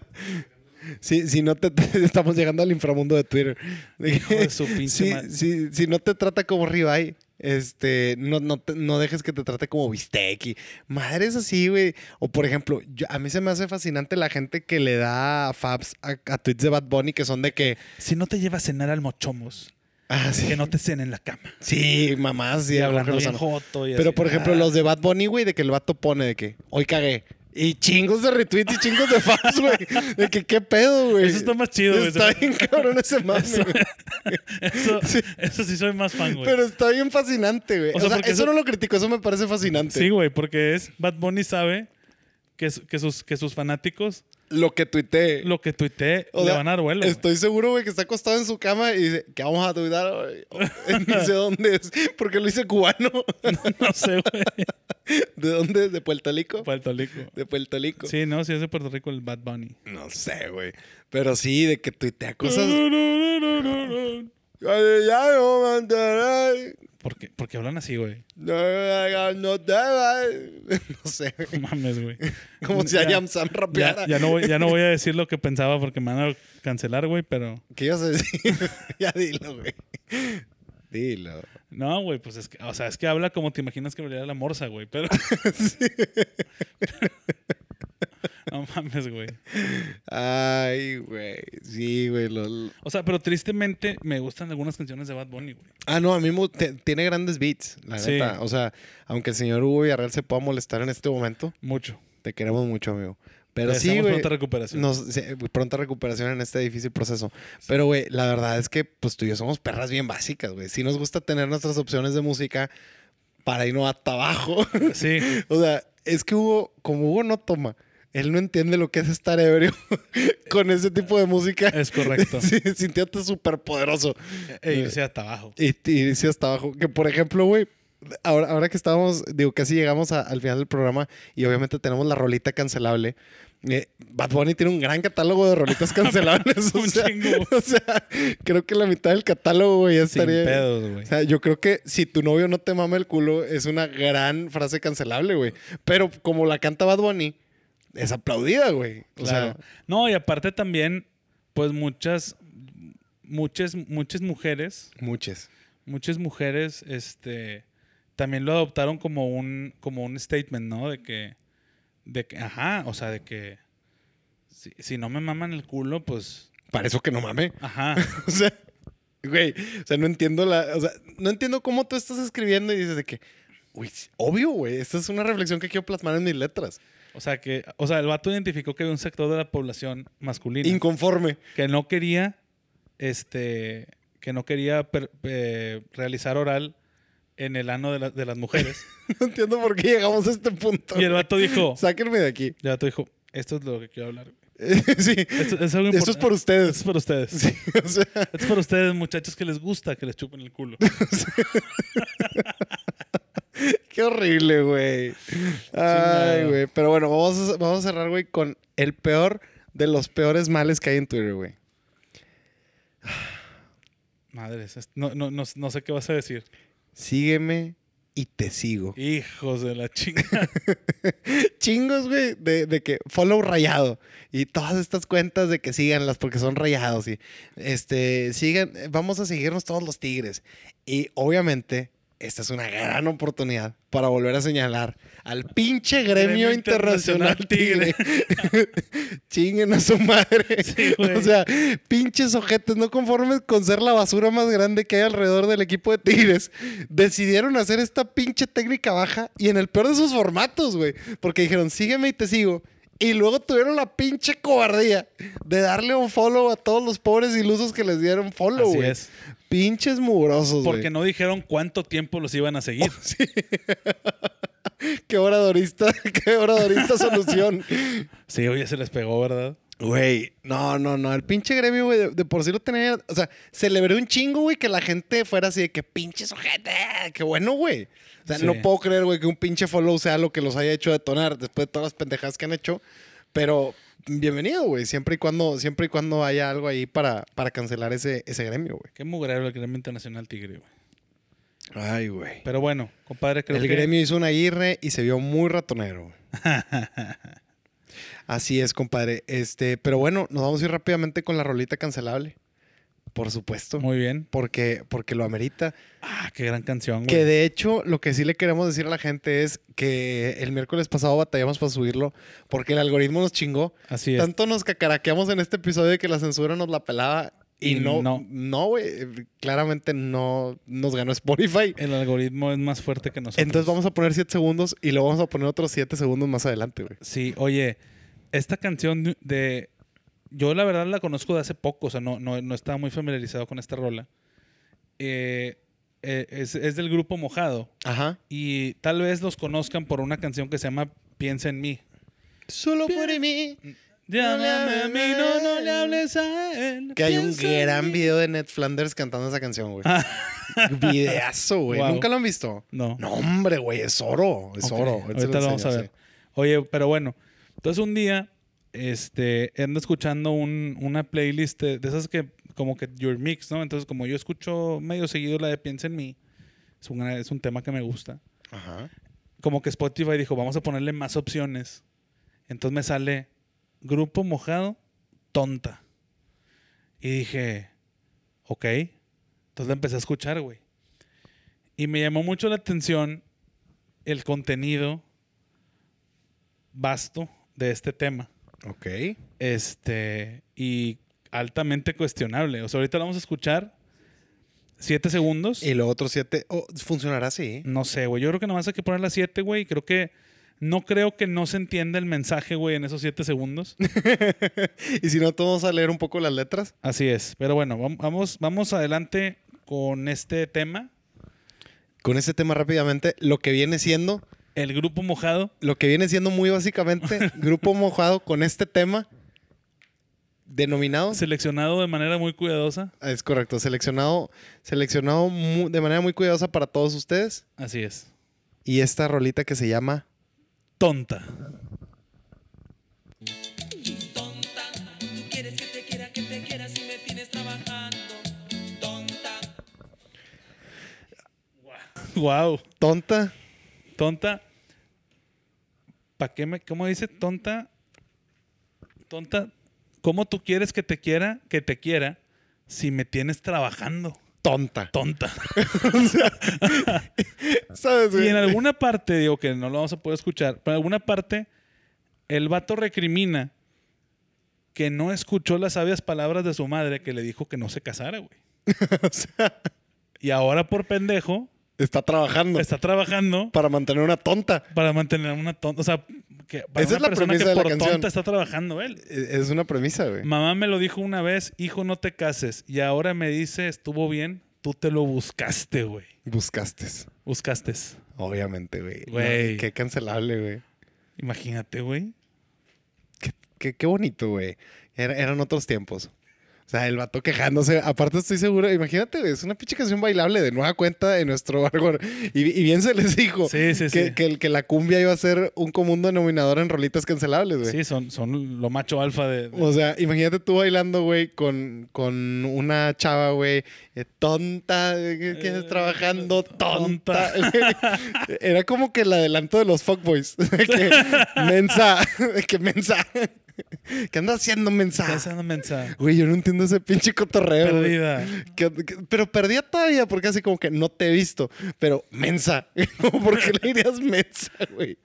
[SPEAKER 3] si, si no te, estamos llegando al inframundo de Twitter. De
[SPEAKER 2] Hijo
[SPEAKER 3] que-
[SPEAKER 2] de su pinche
[SPEAKER 3] si,
[SPEAKER 2] madre.
[SPEAKER 3] si- si no te trata como ribeye, este, no, no, te- no dejes que te trate como bistec. Y madres así, güey. O por ejemplo, yo- a mí se me hace fascinante la gente que le da faps a, a tweets de Bad Bunny que son de que.
[SPEAKER 2] Si no te lleva a cenar al mochomos,
[SPEAKER 3] Ah, sí.
[SPEAKER 2] que no te cenen en la cama.
[SPEAKER 3] Sí, mamás, sí,
[SPEAKER 2] y
[SPEAKER 3] a Jorge
[SPEAKER 2] hablando bien
[SPEAKER 3] Lozano.
[SPEAKER 2] joto y
[SPEAKER 3] Pero
[SPEAKER 2] así.
[SPEAKER 3] por ejemplo,
[SPEAKER 2] Ah,
[SPEAKER 3] los de Bad Bunny, güey, de que el vato pone de que hoy cagué. Y chingos de retweets y chingos de fans, güey. De que qué pedo, güey.
[SPEAKER 2] Eso está más chido, güey.
[SPEAKER 3] Está bien cabrón ese mame,
[SPEAKER 2] Eso-
[SPEAKER 3] güey.
[SPEAKER 2] Eso,
[SPEAKER 3] Sí.
[SPEAKER 2] eso sí soy más fan, güey.
[SPEAKER 3] Pero está bien fascinante, güey.
[SPEAKER 2] O
[SPEAKER 3] O
[SPEAKER 2] sea,
[SPEAKER 3] sea,
[SPEAKER 2] porque
[SPEAKER 3] eso,
[SPEAKER 2] eso-
[SPEAKER 3] no lo critico, eso me parece fascinante.
[SPEAKER 2] Sí, güey, porque es Bad Bunny sabe que, su- que, sus, que sus fanáticos
[SPEAKER 3] Lo que tuiteé.
[SPEAKER 2] lo que tuitee
[SPEAKER 3] O
[SPEAKER 2] le
[SPEAKER 3] sea,
[SPEAKER 2] van a dar vuelo. güey.
[SPEAKER 3] Estoy seguro, güey, que está acostado en su cama y dice, ¿qué vamos a tuitar? hoy?" Ni sé dónde es. Porque lo hice cubano.
[SPEAKER 2] No sé, güey.
[SPEAKER 3] ¿De dónde es? ¿De Puerto Rico?
[SPEAKER 2] Puerto Rico.
[SPEAKER 3] De Puerto Rico.
[SPEAKER 2] Pues, Sí, no, sí es de Puerto Rico el Bad Bunny.
[SPEAKER 3] No sé, güey. Pero sí, de que tuitea cosas. ya no mandaré.
[SPEAKER 2] ¿Por qué, por qué hablan así, güey?
[SPEAKER 3] No, no te vas. No sé, güey.
[SPEAKER 2] No mames, güey.
[SPEAKER 3] como si
[SPEAKER 2] Ya-
[SPEAKER 3] Ayam Sam rapeara.
[SPEAKER 2] Ya, ya no voy, ya no voy a decir lo que pensaba porque me van a cancelar, güey, pero...
[SPEAKER 3] ¿Qué ibas a decir? ya dilo, güey. Dilo.
[SPEAKER 2] No, güey, pues es que... O sea, es que habla como te imaginas que hablaría la morsa, güey, pero... No mames, güey.
[SPEAKER 3] Ay, güey. Sí, güey. lo-
[SPEAKER 2] O sea, pero tristemente me gustan algunas canciones de Bad Bunny, güey.
[SPEAKER 3] Ah, no, a mí me- te- tiene grandes beats, la
[SPEAKER 2] Sí.
[SPEAKER 3] neta. O sea, aunque el señor Hugo Villarreal se pueda molestar en este momento,
[SPEAKER 2] Mucho.
[SPEAKER 3] te queremos mucho, amigo. Pero
[SPEAKER 2] Le
[SPEAKER 3] sí,
[SPEAKER 2] deseamos
[SPEAKER 3] güey.
[SPEAKER 2] pronta recuperación.
[SPEAKER 3] Nos- sí, pronta recuperación en este difícil proceso. Pero, güey, la verdad es que pues tú y yo somos perras bien básicas, güey. Sí nos gusta tener nuestras opciones de música para irnos hasta abajo.
[SPEAKER 2] Sí.
[SPEAKER 3] o sea, es que Hugo, como Hugo no toma, él no entiende lo que es estar ebrio con ese tipo de música.
[SPEAKER 2] Es correcto.
[SPEAKER 3] Sí, sintiéndote súper poderoso.
[SPEAKER 2] E irse hasta abajo.
[SPEAKER 3] Y, y sí, hasta abajo. Que por ejemplo, güey, ahora, ahora que estábamos, digo, casi llegamos a- al final del programa y obviamente tenemos la rolita cancelable. eh, Bad Bunny tiene un gran catálogo de rolitas cancelables. o,
[SPEAKER 2] Un
[SPEAKER 3] sea,
[SPEAKER 2] chingo.
[SPEAKER 3] o sea, creo que la mitad del catálogo, güey, ya
[SPEAKER 2] Sin
[SPEAKER 3] estaría.
[SPEAKER 2] pedos, güey.
[SPEAKER 3] O sea, yo creo que si tu novio no te mama el culo es una gran frase cancelable, güey. Pero como la canta Bad Bunny, es aplaudida, güey. O
[SPEAKER 2] Claro. no, y aparte también, pues muchas, muchas, muchas mujeres,
[SPEAKER 3] sea, muchas.
[SPEAKER 2] muchas mujeres, este, también lo adoptaron como un, como un statement, ¿no? De que, de que, ajá, o sea, de que si, si no me maman el culo, pues,
[SPEAKER 3] Para eso que no mame.
[SPEAKER 2] ajá.
[SPEAKER 3] O sea, güey, o sea, no entiendo la. O sea, no entiendo cómo tú estás escribiendo y dices de que. Uy, sí, obvio, güey. Esta es una reflexión que quiero plasmar en mis letras.
[SPEAKER 2] O sea, que, o sea, el vato identificó que había un sector de la población masculina
[SPEAKER 3] Inconforme.
[SPEAKER 2] que no quería, este, que no quería per- eh, realizar oral en el ano de, la- de las mujeres.
[SPEAKER 3] No entiendo por qué llegamos a este punto.
[SPEAKER 2] y el vato dijo,
[SPEAKER 3] Sáquenme de aquí.
[SPEAKER 2] el vato dijo, esto es lo que quiero hablar. güey.
[SPEAKER 3] sí.
[SPEAKER 2] Esto, es algo
[SPEAKER 3] Esto es
[SPEAKER 2] importante.
[SPEAKER 3] por
[SPEAKER 2] Esto es
[SPEAKER 3] ustedes.
[SPEAKER 2] para ustedes.
[SPEAKER 3] Sí, o sea,
[SPEAKER 2] Esto es para ustedes, muchachos, que les gusta que les chupen el culo.
[SPEAKER 3] qué horrible, güey. Ay,
[SPEAKER 2] Chingado.
[SPEAKER 3] güey. Pero bueno, vamos a, vamos a cerrar, güey, con el peor de los peores males que hay en Twitter, güey.
[SPEAKER 2] Madres, es- no, no, no, no sé qué vas a decir.
[SPEAKER 3] Sígueme y te sigo.
[SPEAKER 2] Hijos de la chingada.
[SPEAKER 3] chingos, güey, de, de que follow rayado. Y todas estas cuentas de que síganlas porque son rayados. Y este, sigan, eh, vamos a seguirnos todos los tigres. Y obviamente, esta es una gran oportunidad para volver a señalar al pinche gremio,
[SPEAKER 2] Gremio
[SPEAKER 3] internacional,
[SPEAKER 2] Internacional
[SPEAKER 3] tigre. Chinguen a su madre.
[SPEAKER 2] Sí, güey.
[SPEAKER 3] o sea, pinches ojetes, no conformes con ser la basura más grande que hay alrededor del equipo de Tigres, decidieron hacer esta pinche técnica baja y en el peor de sus formatos, güey. Porque dijeron, sígueme y te sigo. Y luego tuvieron la pinche cobardía de darle un follow a todos los pobres ilusos que les dieron follow,
[SPEAKER 2] Así
[SPEAKER 3] güey.
[SPEAKER 2] es.
[SPEAKER 3] Pinches mugrosos, pues, güey.
[SPEAKER 2] Porque no dijeron cuánto tiempo los iban a seguir.
[SPEAKER 3] qué obradorista, qué obradorista solución.
[SPEAKER 2] Sí, oye, se les pegó, ¿verdad?
[SPEAKER 3] Güey, no, no, no. El pinche gremio, güey, de, de por sí lo tenía. O sea, celebré un chingo, güey, que la gente fuera así de que pinche sujete. Qué bueno, güey. O sea,
[SPEAKER 2] Sí.
[SPEAKER 3] no puedo creer, güey, que un pinche follow sea lo que los haya hecho detonar después de todas las pendejadas que han hecho. Pero bienvenido, güey. Siempre y cuando, siempre y cuando haya algo ahí para, para cancelar ese, ese gremio, güey.
[SPEAKER 2] Qué mugrero el gremio internacional tigre, güey.
[SPEAKER 3] Ay, güey.
[SPEAKER 2] Pero bueno, compadre, creo
[SPEAKER 3] el
[SPEAKER 2] que...
[SPEAKER 3] gremio hizo una guirre y se vio muy ratonero. güey. Así es, compadre. Este, pero bueno, nos vamos a ir rápidamente con la rolita cancelable. Por supuesto.
[SPEAKER 2] Muy bien.
[SPEAKER 3] Porque, porque lo amerita.
[SPEAKER 2] Ah, qué gran canción, güey.
[SPEAKER 3] Que de hecho, lo que sí le queremos decir a la gente es que el miércoles pasado batallamos para subirlo porque el algoritmo nos chingó.
[SPEAKER 2] Así es.
[SPEAKER 3] Tanto nos cacaraqueamos en este episodio de que la censura nos la pelaba. Y
[SPEAKER 2] Y
[SPEAKER 3] no,
[SPEAKER 2] no.
[SPEAKER 3] no, güey. claramente no nos ganó Spotify.
[SPEAKER 2] El algoritmo es más fuerte que nosotros.
[SPEAKER 3] Entonces vamos a poner 7 segundos y luego vamos a poner otros 7 segundos más adelante, güey.
[SPEAKER 2] Sí, oye, esta canción de... Yo la verdad la conozco de hace poco, o sea, no, no, no estaba muy familiarizado con esta rola. Eh, eh, es, es del grupo Mojado
[SPEAKER 3] Ajá.
[SPEAKER 2] y tal vez los conozcan por una canción que se llama Piensa en mí.
[SPEAKER 3] Solo por mí.
[SPEAKER 2] Llámame a mí, no, no le hables a él.
[SPEAKER 3] Que hay un
[SPEAKER 2] piensa en
[SPEAKER 3] gran
[SPEAKER 2] mí.
[SPEAKER 3] video de Ned Flanders cantando esa canción, güey. Videazo, güey.
[SPEAKER 2] Wow.
[SPEAKER 3] ¿Nunca lo han visto?
[SPEAKER 2] No.
[SPEAKER 3] No, hombre, güey, es oro. Es
[SPEAKER 2] Ok,
[SPEAKER 3] oro. se
[SPEAKER 2] Ahorita lo vamos a
[SPEAKER 3] enseño,
[SPEAKER 2] ver. Oye, pero bueno. Entonces un día, este, ando escuchando un- una playlist de, de esas que, como que Your Mix, ¿no? Entonces, como yo escucho medio seguido la de Piensa en mí, es, una- es un tema que me gusta.
[SPEAKER 3] sí. Ajá.
[SPEAKER 2] Como que Spotify dijo, vamos a ponerle más opciones. Entonces me sale Grupo Mojado, Tonta. Y dije, ok. Entonces la empecé a escuchar, güey. Y me llamó mucho la atención el contenido vasto de este tema.
[SPEAKER 3] Ok.
[SPEAKER 2] Este, y altamente cuestionable. O sea, ahorita lo vamos a escuchar. Siete segundos.
[SPEAKER 3] Y los otros 7. Oh, funcionará así.
[SPEAKER 2] No sé, güey. Yo creo que nomás hay que poner las 7, güey. y Creo que. No creo que no se entienda el mensaje, güey, en esos 7 segundos.
[SPEAKER 3] y si no, todos vamos a leer un poco las letras.
[SPEAKER 2] Así es. Pero bueno, vam- vamos, vamos adelante con este tema.
[SPEAKER 3] Con este tema rápidamente, lo que viene siendo,
[SPEAKER 2] El grupo mojado.
[SPEAKER 3] lo que viene siendo muy básicamente, grupo mojado con este tema denominado
[SPEAKER 2] Seleccionado de manera muy cuidadosa.
[SPEAKER 3] Es correcto, seleccionado, seleccionado mu- de manera muy cuidadosa para todos ustedes.
[SPEAKER 2] Así es.
[SPEAKER 3] Y esta rolita que se llama
[SPEAKER 2] Tonta.
[SPEAKER 4] Tonta, tú quieres que te quiera, que te quiera si me tienes trabajando. Tonta,
[SPEAKER 2] Wow.
[SPEAKER 3] Tonta.
[SPEAKER 2] Tonta. ¿Para qué me.? ¿Cómo dice tonta? Tonta. ¿Cómo tú quieres que te quiera, que te quiera, si me tienes trabajando?
[SPEAKER 3] Tonta.
[SPEAKER 2] Tonta.
[SPEAKER 3] ¿Sabes, güey?
[SPEAKER 2] Y en alguna parte, digo que no lo vamos a poder escuchar, pero en alguna parte el vato recrimina que no escuchó las sabias palabras de su madre que le dijo que no se casara, güey.
[SPEAKER 3] O sea,
[SPEAKER 2] Y ahora por pendejo
[SPEAKER 3] está trabajando
[SPEAKER 2] está trabajando
[SPEAKER 3] para mantener una tonta.
[SPEAKER 2] para mantener una tonta, o sea, que para una
[SPEAKER 3] Esa es la
[SPEAKER 2] persona que
[SPEAKER 3] premisa de la
[SPEAKER 2] por
[SPEAKER 3] canción.
[SPEAKER 2] tonta está trabajando él.
[SPEAKER 3] E- Es una premisa, güey.
[SPEAKER 2] Mamá me lo dijo una vez, hijo, no te cases. Y ahora me dice, estuvo bien, tú te lo buscaste, güey.
[SPEAKER 3] Buscaste.
[SPEAKER 2] Buscaste.
[SPEAKER 3] Obviamente, güey.
[SPEAKER 2] Güey.
[SPEAKER 3] No, Qué cancelable, güey.
[SPEAKER 2] Imagínate, güey.
[SPEAKER 3] Qué, qué- qué bonito, güey. Era- eran otros tiempos. O sea, el vato quejándose. Aparte, estoy seguro. Imagínate, güey, es una pinche canción bailable de nueva cuenta en nuestro árbol. Y, y bien se les dijo
[SPEAKER 2] Sí, sí,
[SPEAKER 3] que,
[SPEAKER 2] sí.
[SPEAKER 3] que el- que la cumbia iba a ser un común denominador en rolitas cancelables, güey.
[SPEAKER 2] Sí, son, son lo macho alfa de- de
[SPEAKER 3] O sea, imagínate tú bailando, güey, con, con una chava, güey, eh, tonta, eh, que que
[SPEAKER 2] Eh,
[SPEAKER 3] trabajando tonta.
[SPEAKER 2] tonta.
[SPEAKER 3] Era como que el adelanto de los fuckboys. que mensa, que mensa. ¿Qué andas haciendo,
[SPEAKER 2] Estás
[SPEAKER 3] mensa?
[SPEAKER 2] dando mensaje.
[SPEAKER 3] Güey, yo no entiendo ese pinche cotorreo. güey.
[SPEAKER 2] Perdida.
[SPEAKER 3] Que- que- pero perdía todavía porque así como que no te he visto. Pero mensa. ¿Por qué le dirías mensa, güey?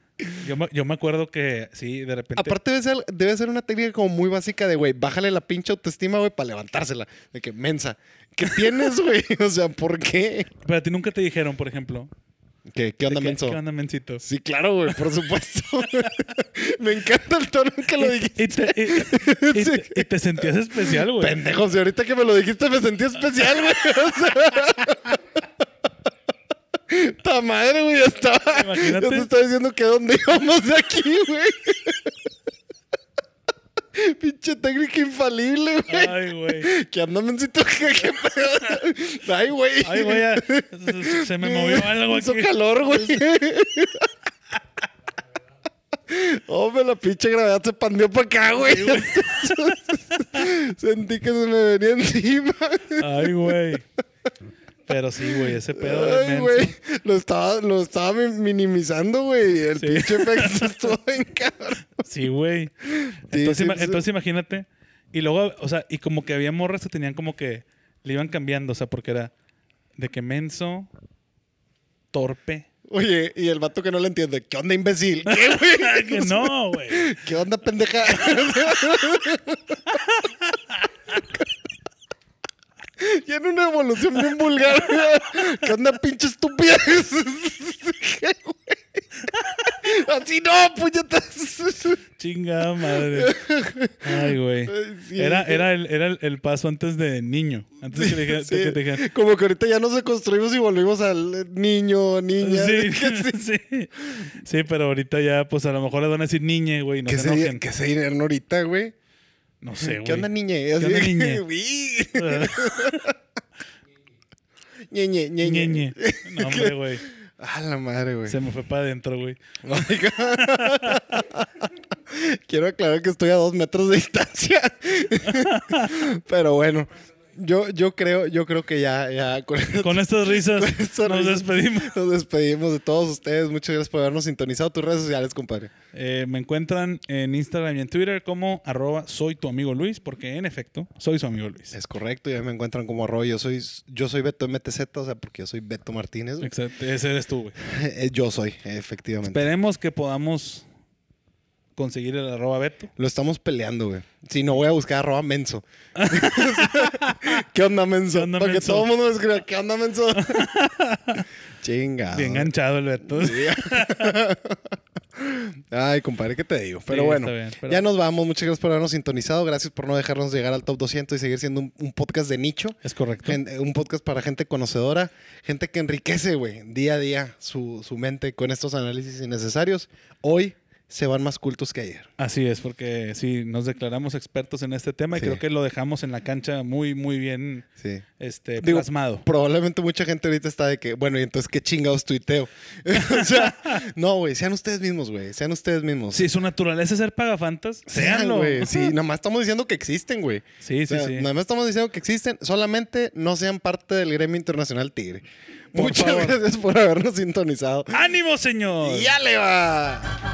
[SPEAKER 2] Yo me, yo me acuerdo que, sí, de repente.
[SPEAKER 3] Aparte debe ser, debe ser una técnica como muy básica de, güey, bájale la pinche autoestima, güey, para levantársela. De que, mensa, ¿qué tienes, güey? O sea, ¿por qué?
[SPEAKER 2] pero a ti nunca te dijeron, por ejemplo.
[SPEAKER 3] ¿Qué, qué
[SPEAKER 2] de
[SPEAKER 3] onda,
[SPEAKER 2] que,
[SPEAKER 3] menso?
[SPEAKER 2] ¿Qué onda, mensito?
[SPEAKER 3] Sí, claro, güey, por supuesto. Me encanta el tono en que lo dijiste.
[SPEAKER 2] Y te, y- y- y te- y te sentías especial, güey.
[SPEAKER 3] Pendejo, si ahorita que me lo dijiste me sentí especial, güey. O sea, Ta madre, güey, ya estaba.
[SPEAKER 2] Imagínate.
[SPEAKER 3] Ya te estaba diciendo que dónde íbamos de aquí, güey. Pinche técnica infalible, güey.
[SPEAKER 2] Ay, güey.
[SPEAKER 3] Que anda mencito que qué pedo. Ay, güey.
[SPEAKER 2] Ay, güey. ya- se- Se me movió algo
[SPEAKER 3] Hizo
[SPEAKER 2] aquí.
[SPEAKER 3] calor, güey. Hombre, Oh, la pinche gravedad se pandeó para acá, güey. Sentí que se me venía encima.
[SPEAKER 2] Ay, güey. Pero sí, güey, ese pedo de
[SPEAKER 3] Ay,
[SPEAKER 2] menso.
[SPEAKER 3] güey. Lo estaba, lo estaba mi- minimizando, güey. El
[SPEAKER 2] Sí.
[SPEAKER 3] pinche efecto estuvo en cabrón.
[SPEAKER 2] Sí, güey. Entonces,
[SPEAKER 3] sí,
[SPEAKER 2] ima-
[SPEAKER 3] sí.
[SPEAKER 2] entonces imagínate. Y luego, o sea, y como que había morras que tenían como que le iban cambiando, o sea, porque era de que menso, torpe.
[SPEAKER 3] Oye, y el vato que no le entiende. ¿Qué onda, imbécil? ¿Qué, güey?
[SPEAKER 2] Que no, güey.
[SPEAKER 3] ¿Qué onda, pendeja? Ya en una evolución bien vulgar. güey. ¿Qué onda, pinche estúpida? ¿Qué, güey? Así no, puñetas.
[SPEAKER 2] Chingada madre. Ay, güey.
[SPEAKER 3] Ay, sí,
[SPEAKER 2] Era,
[SPEAKER 3] sí.
[SPEAKER 2] era, el, era el, el paso antes de niño. Antes que, dijera-
[SPEAKER 3] Sí,
[SPEAKER 2] que te dijeran-
[SPEAKER 3] Como que ahorita ya nos deconstruimos y volvimos al niño, niña.
[SPEAKER 2] Sí,
[SPEAKER 3] Que se-
[SPEAKER 2] sí. Sí, pero ahorita ya, pues a lo mejor le van a decir niñe, güey. No
[SPEAKER 3] que
[SPEAKER 2] se enojen.
[SPEAKER 3] se, que se dirán ahorita, güey.
[SPEAKER 2] No sé, güey.
[SPEAKER 3] ¿Qué onda, niñe?
[SPEAKER 2] ¿Qué onda, niñe?
[SPEAKER 3] Uy. Ñeñe, ñeñe.
[SPEAKER 2] Ñeñe. No, hombre, güey.
[SPEAKER 3] A la madre, güey.
[SPEAKER 2] Se me fue para adentro, güey.
[SPEAKER 3] Quiero aclarar que estoy a dos metros de distancia. Pero bueno, yo, yo creo, yo creo que ya, ya con,
[SPEAKER 2] Con estas risas
[SPEAKER 3] esta
[SPEAKER 2] nos
[SPEAKER 3] risa
[SPEAKER 2] despedimos.
[SPEAKER 3] Nos despedimos de todos ustedes. Muchas gracias por habernos sintonizado. Tus redes sociales, compadre.
[SPEAKER 2] Eh, me encuentran en Instagram y en Twitter como arroba soy tu amigo Luis, porque en efecto soy su amigo Luis.
[SPEAKER 3] Es correcto, ya me encuentran como arroyo. Yo soy, yo soy Beto MTZ, o sea, porque yo soy Beto Martínez. güey.
[SPEAKER 2] Exacto, ese eres tú, güey.
[SPEAKER 3] Eh, yo soy, efectivamente.
[SPEAKER 2] Esperemos que podamos conseguir el arroba Beto.
[SPEAKER 3] Lo estamos peleando, güey. Si no, voy a buscar arroba menso. ¿Qué onda, menso?
[SPEAKER 2] ¿Qué onda,
[SPEAKER 3] Para que
[SPEAKER 2] menso?
[SPEAKER 3] todo el mundo me escriba, ¿qué onda, menso? Chinga.
[SPEAKER 2] Bien ¿eh? enganchado el Beto.
[SPEAKER 3] Ay, compadre, ¿qué te digo? Pero
[SPEAKER 2] Sí,
[SPEAKER 3] bueno,
[SPEAKER 2] está bien, pero-
[SPEAKER 3] ya nos vamos. Muchas gracias por habernos sintonizado. Gracias por no dejarnos llegar al top 200 y seguir siendo un, un podcast de nicho.
[SPEAKER 2] Es correcto.
[SPEAKER 3] Gen- un podcast para gente conocedora, gente que enriquece, güey, día a día su, su mente con estos análisis innecesarios. Hoy se van más cultos que ayer.
[SPEAKER 2] Así es, porque sí, nos declaramos expertos en este tema y
[SPEAKER 3] Sí.
[SPEAKER 2] creo que lo dejamos en la cancha muy, muy bien
[SPEAKER 3] Sí.
[SPEAKER 2] este,
[SPEAKER 3] Digo,
[SPEAKER 2] plasmado.
[SPEAKER 3] Probablemente mucha gente ahorita está de que, bueno, y entonces qué chingados tuiteo. o sea, no, güey, sean ustedes mismos, güey, sean ustedes mismos.
[SPEAKER 2] Si su naturaleza es ser pagafantas,
[SPEAKER 3] sean,
[SPEAKER 2] seanlo.
[SPEAKER 3] güey. Sí, nada más estamos diciendo que existen, güey.
[SPEAKER 2] sí,
[SPEAKER 3] O sea,
[SPEAKER 2] sí, sí.
[SPEAKER 3] Nada más estamos diciendo que existen, solamente no sean parte del gremio internacional Tigre.
[SPEAKER 2] Por
[SPEAKER 3] Muchas
[SPEAKER 2] favor.
[SPEAKER 3] gracias por habernos sintonizado.
[SPEAKER 2] ¡Ánimo, señor!
[SPEAKER 3] ¡Ya le va!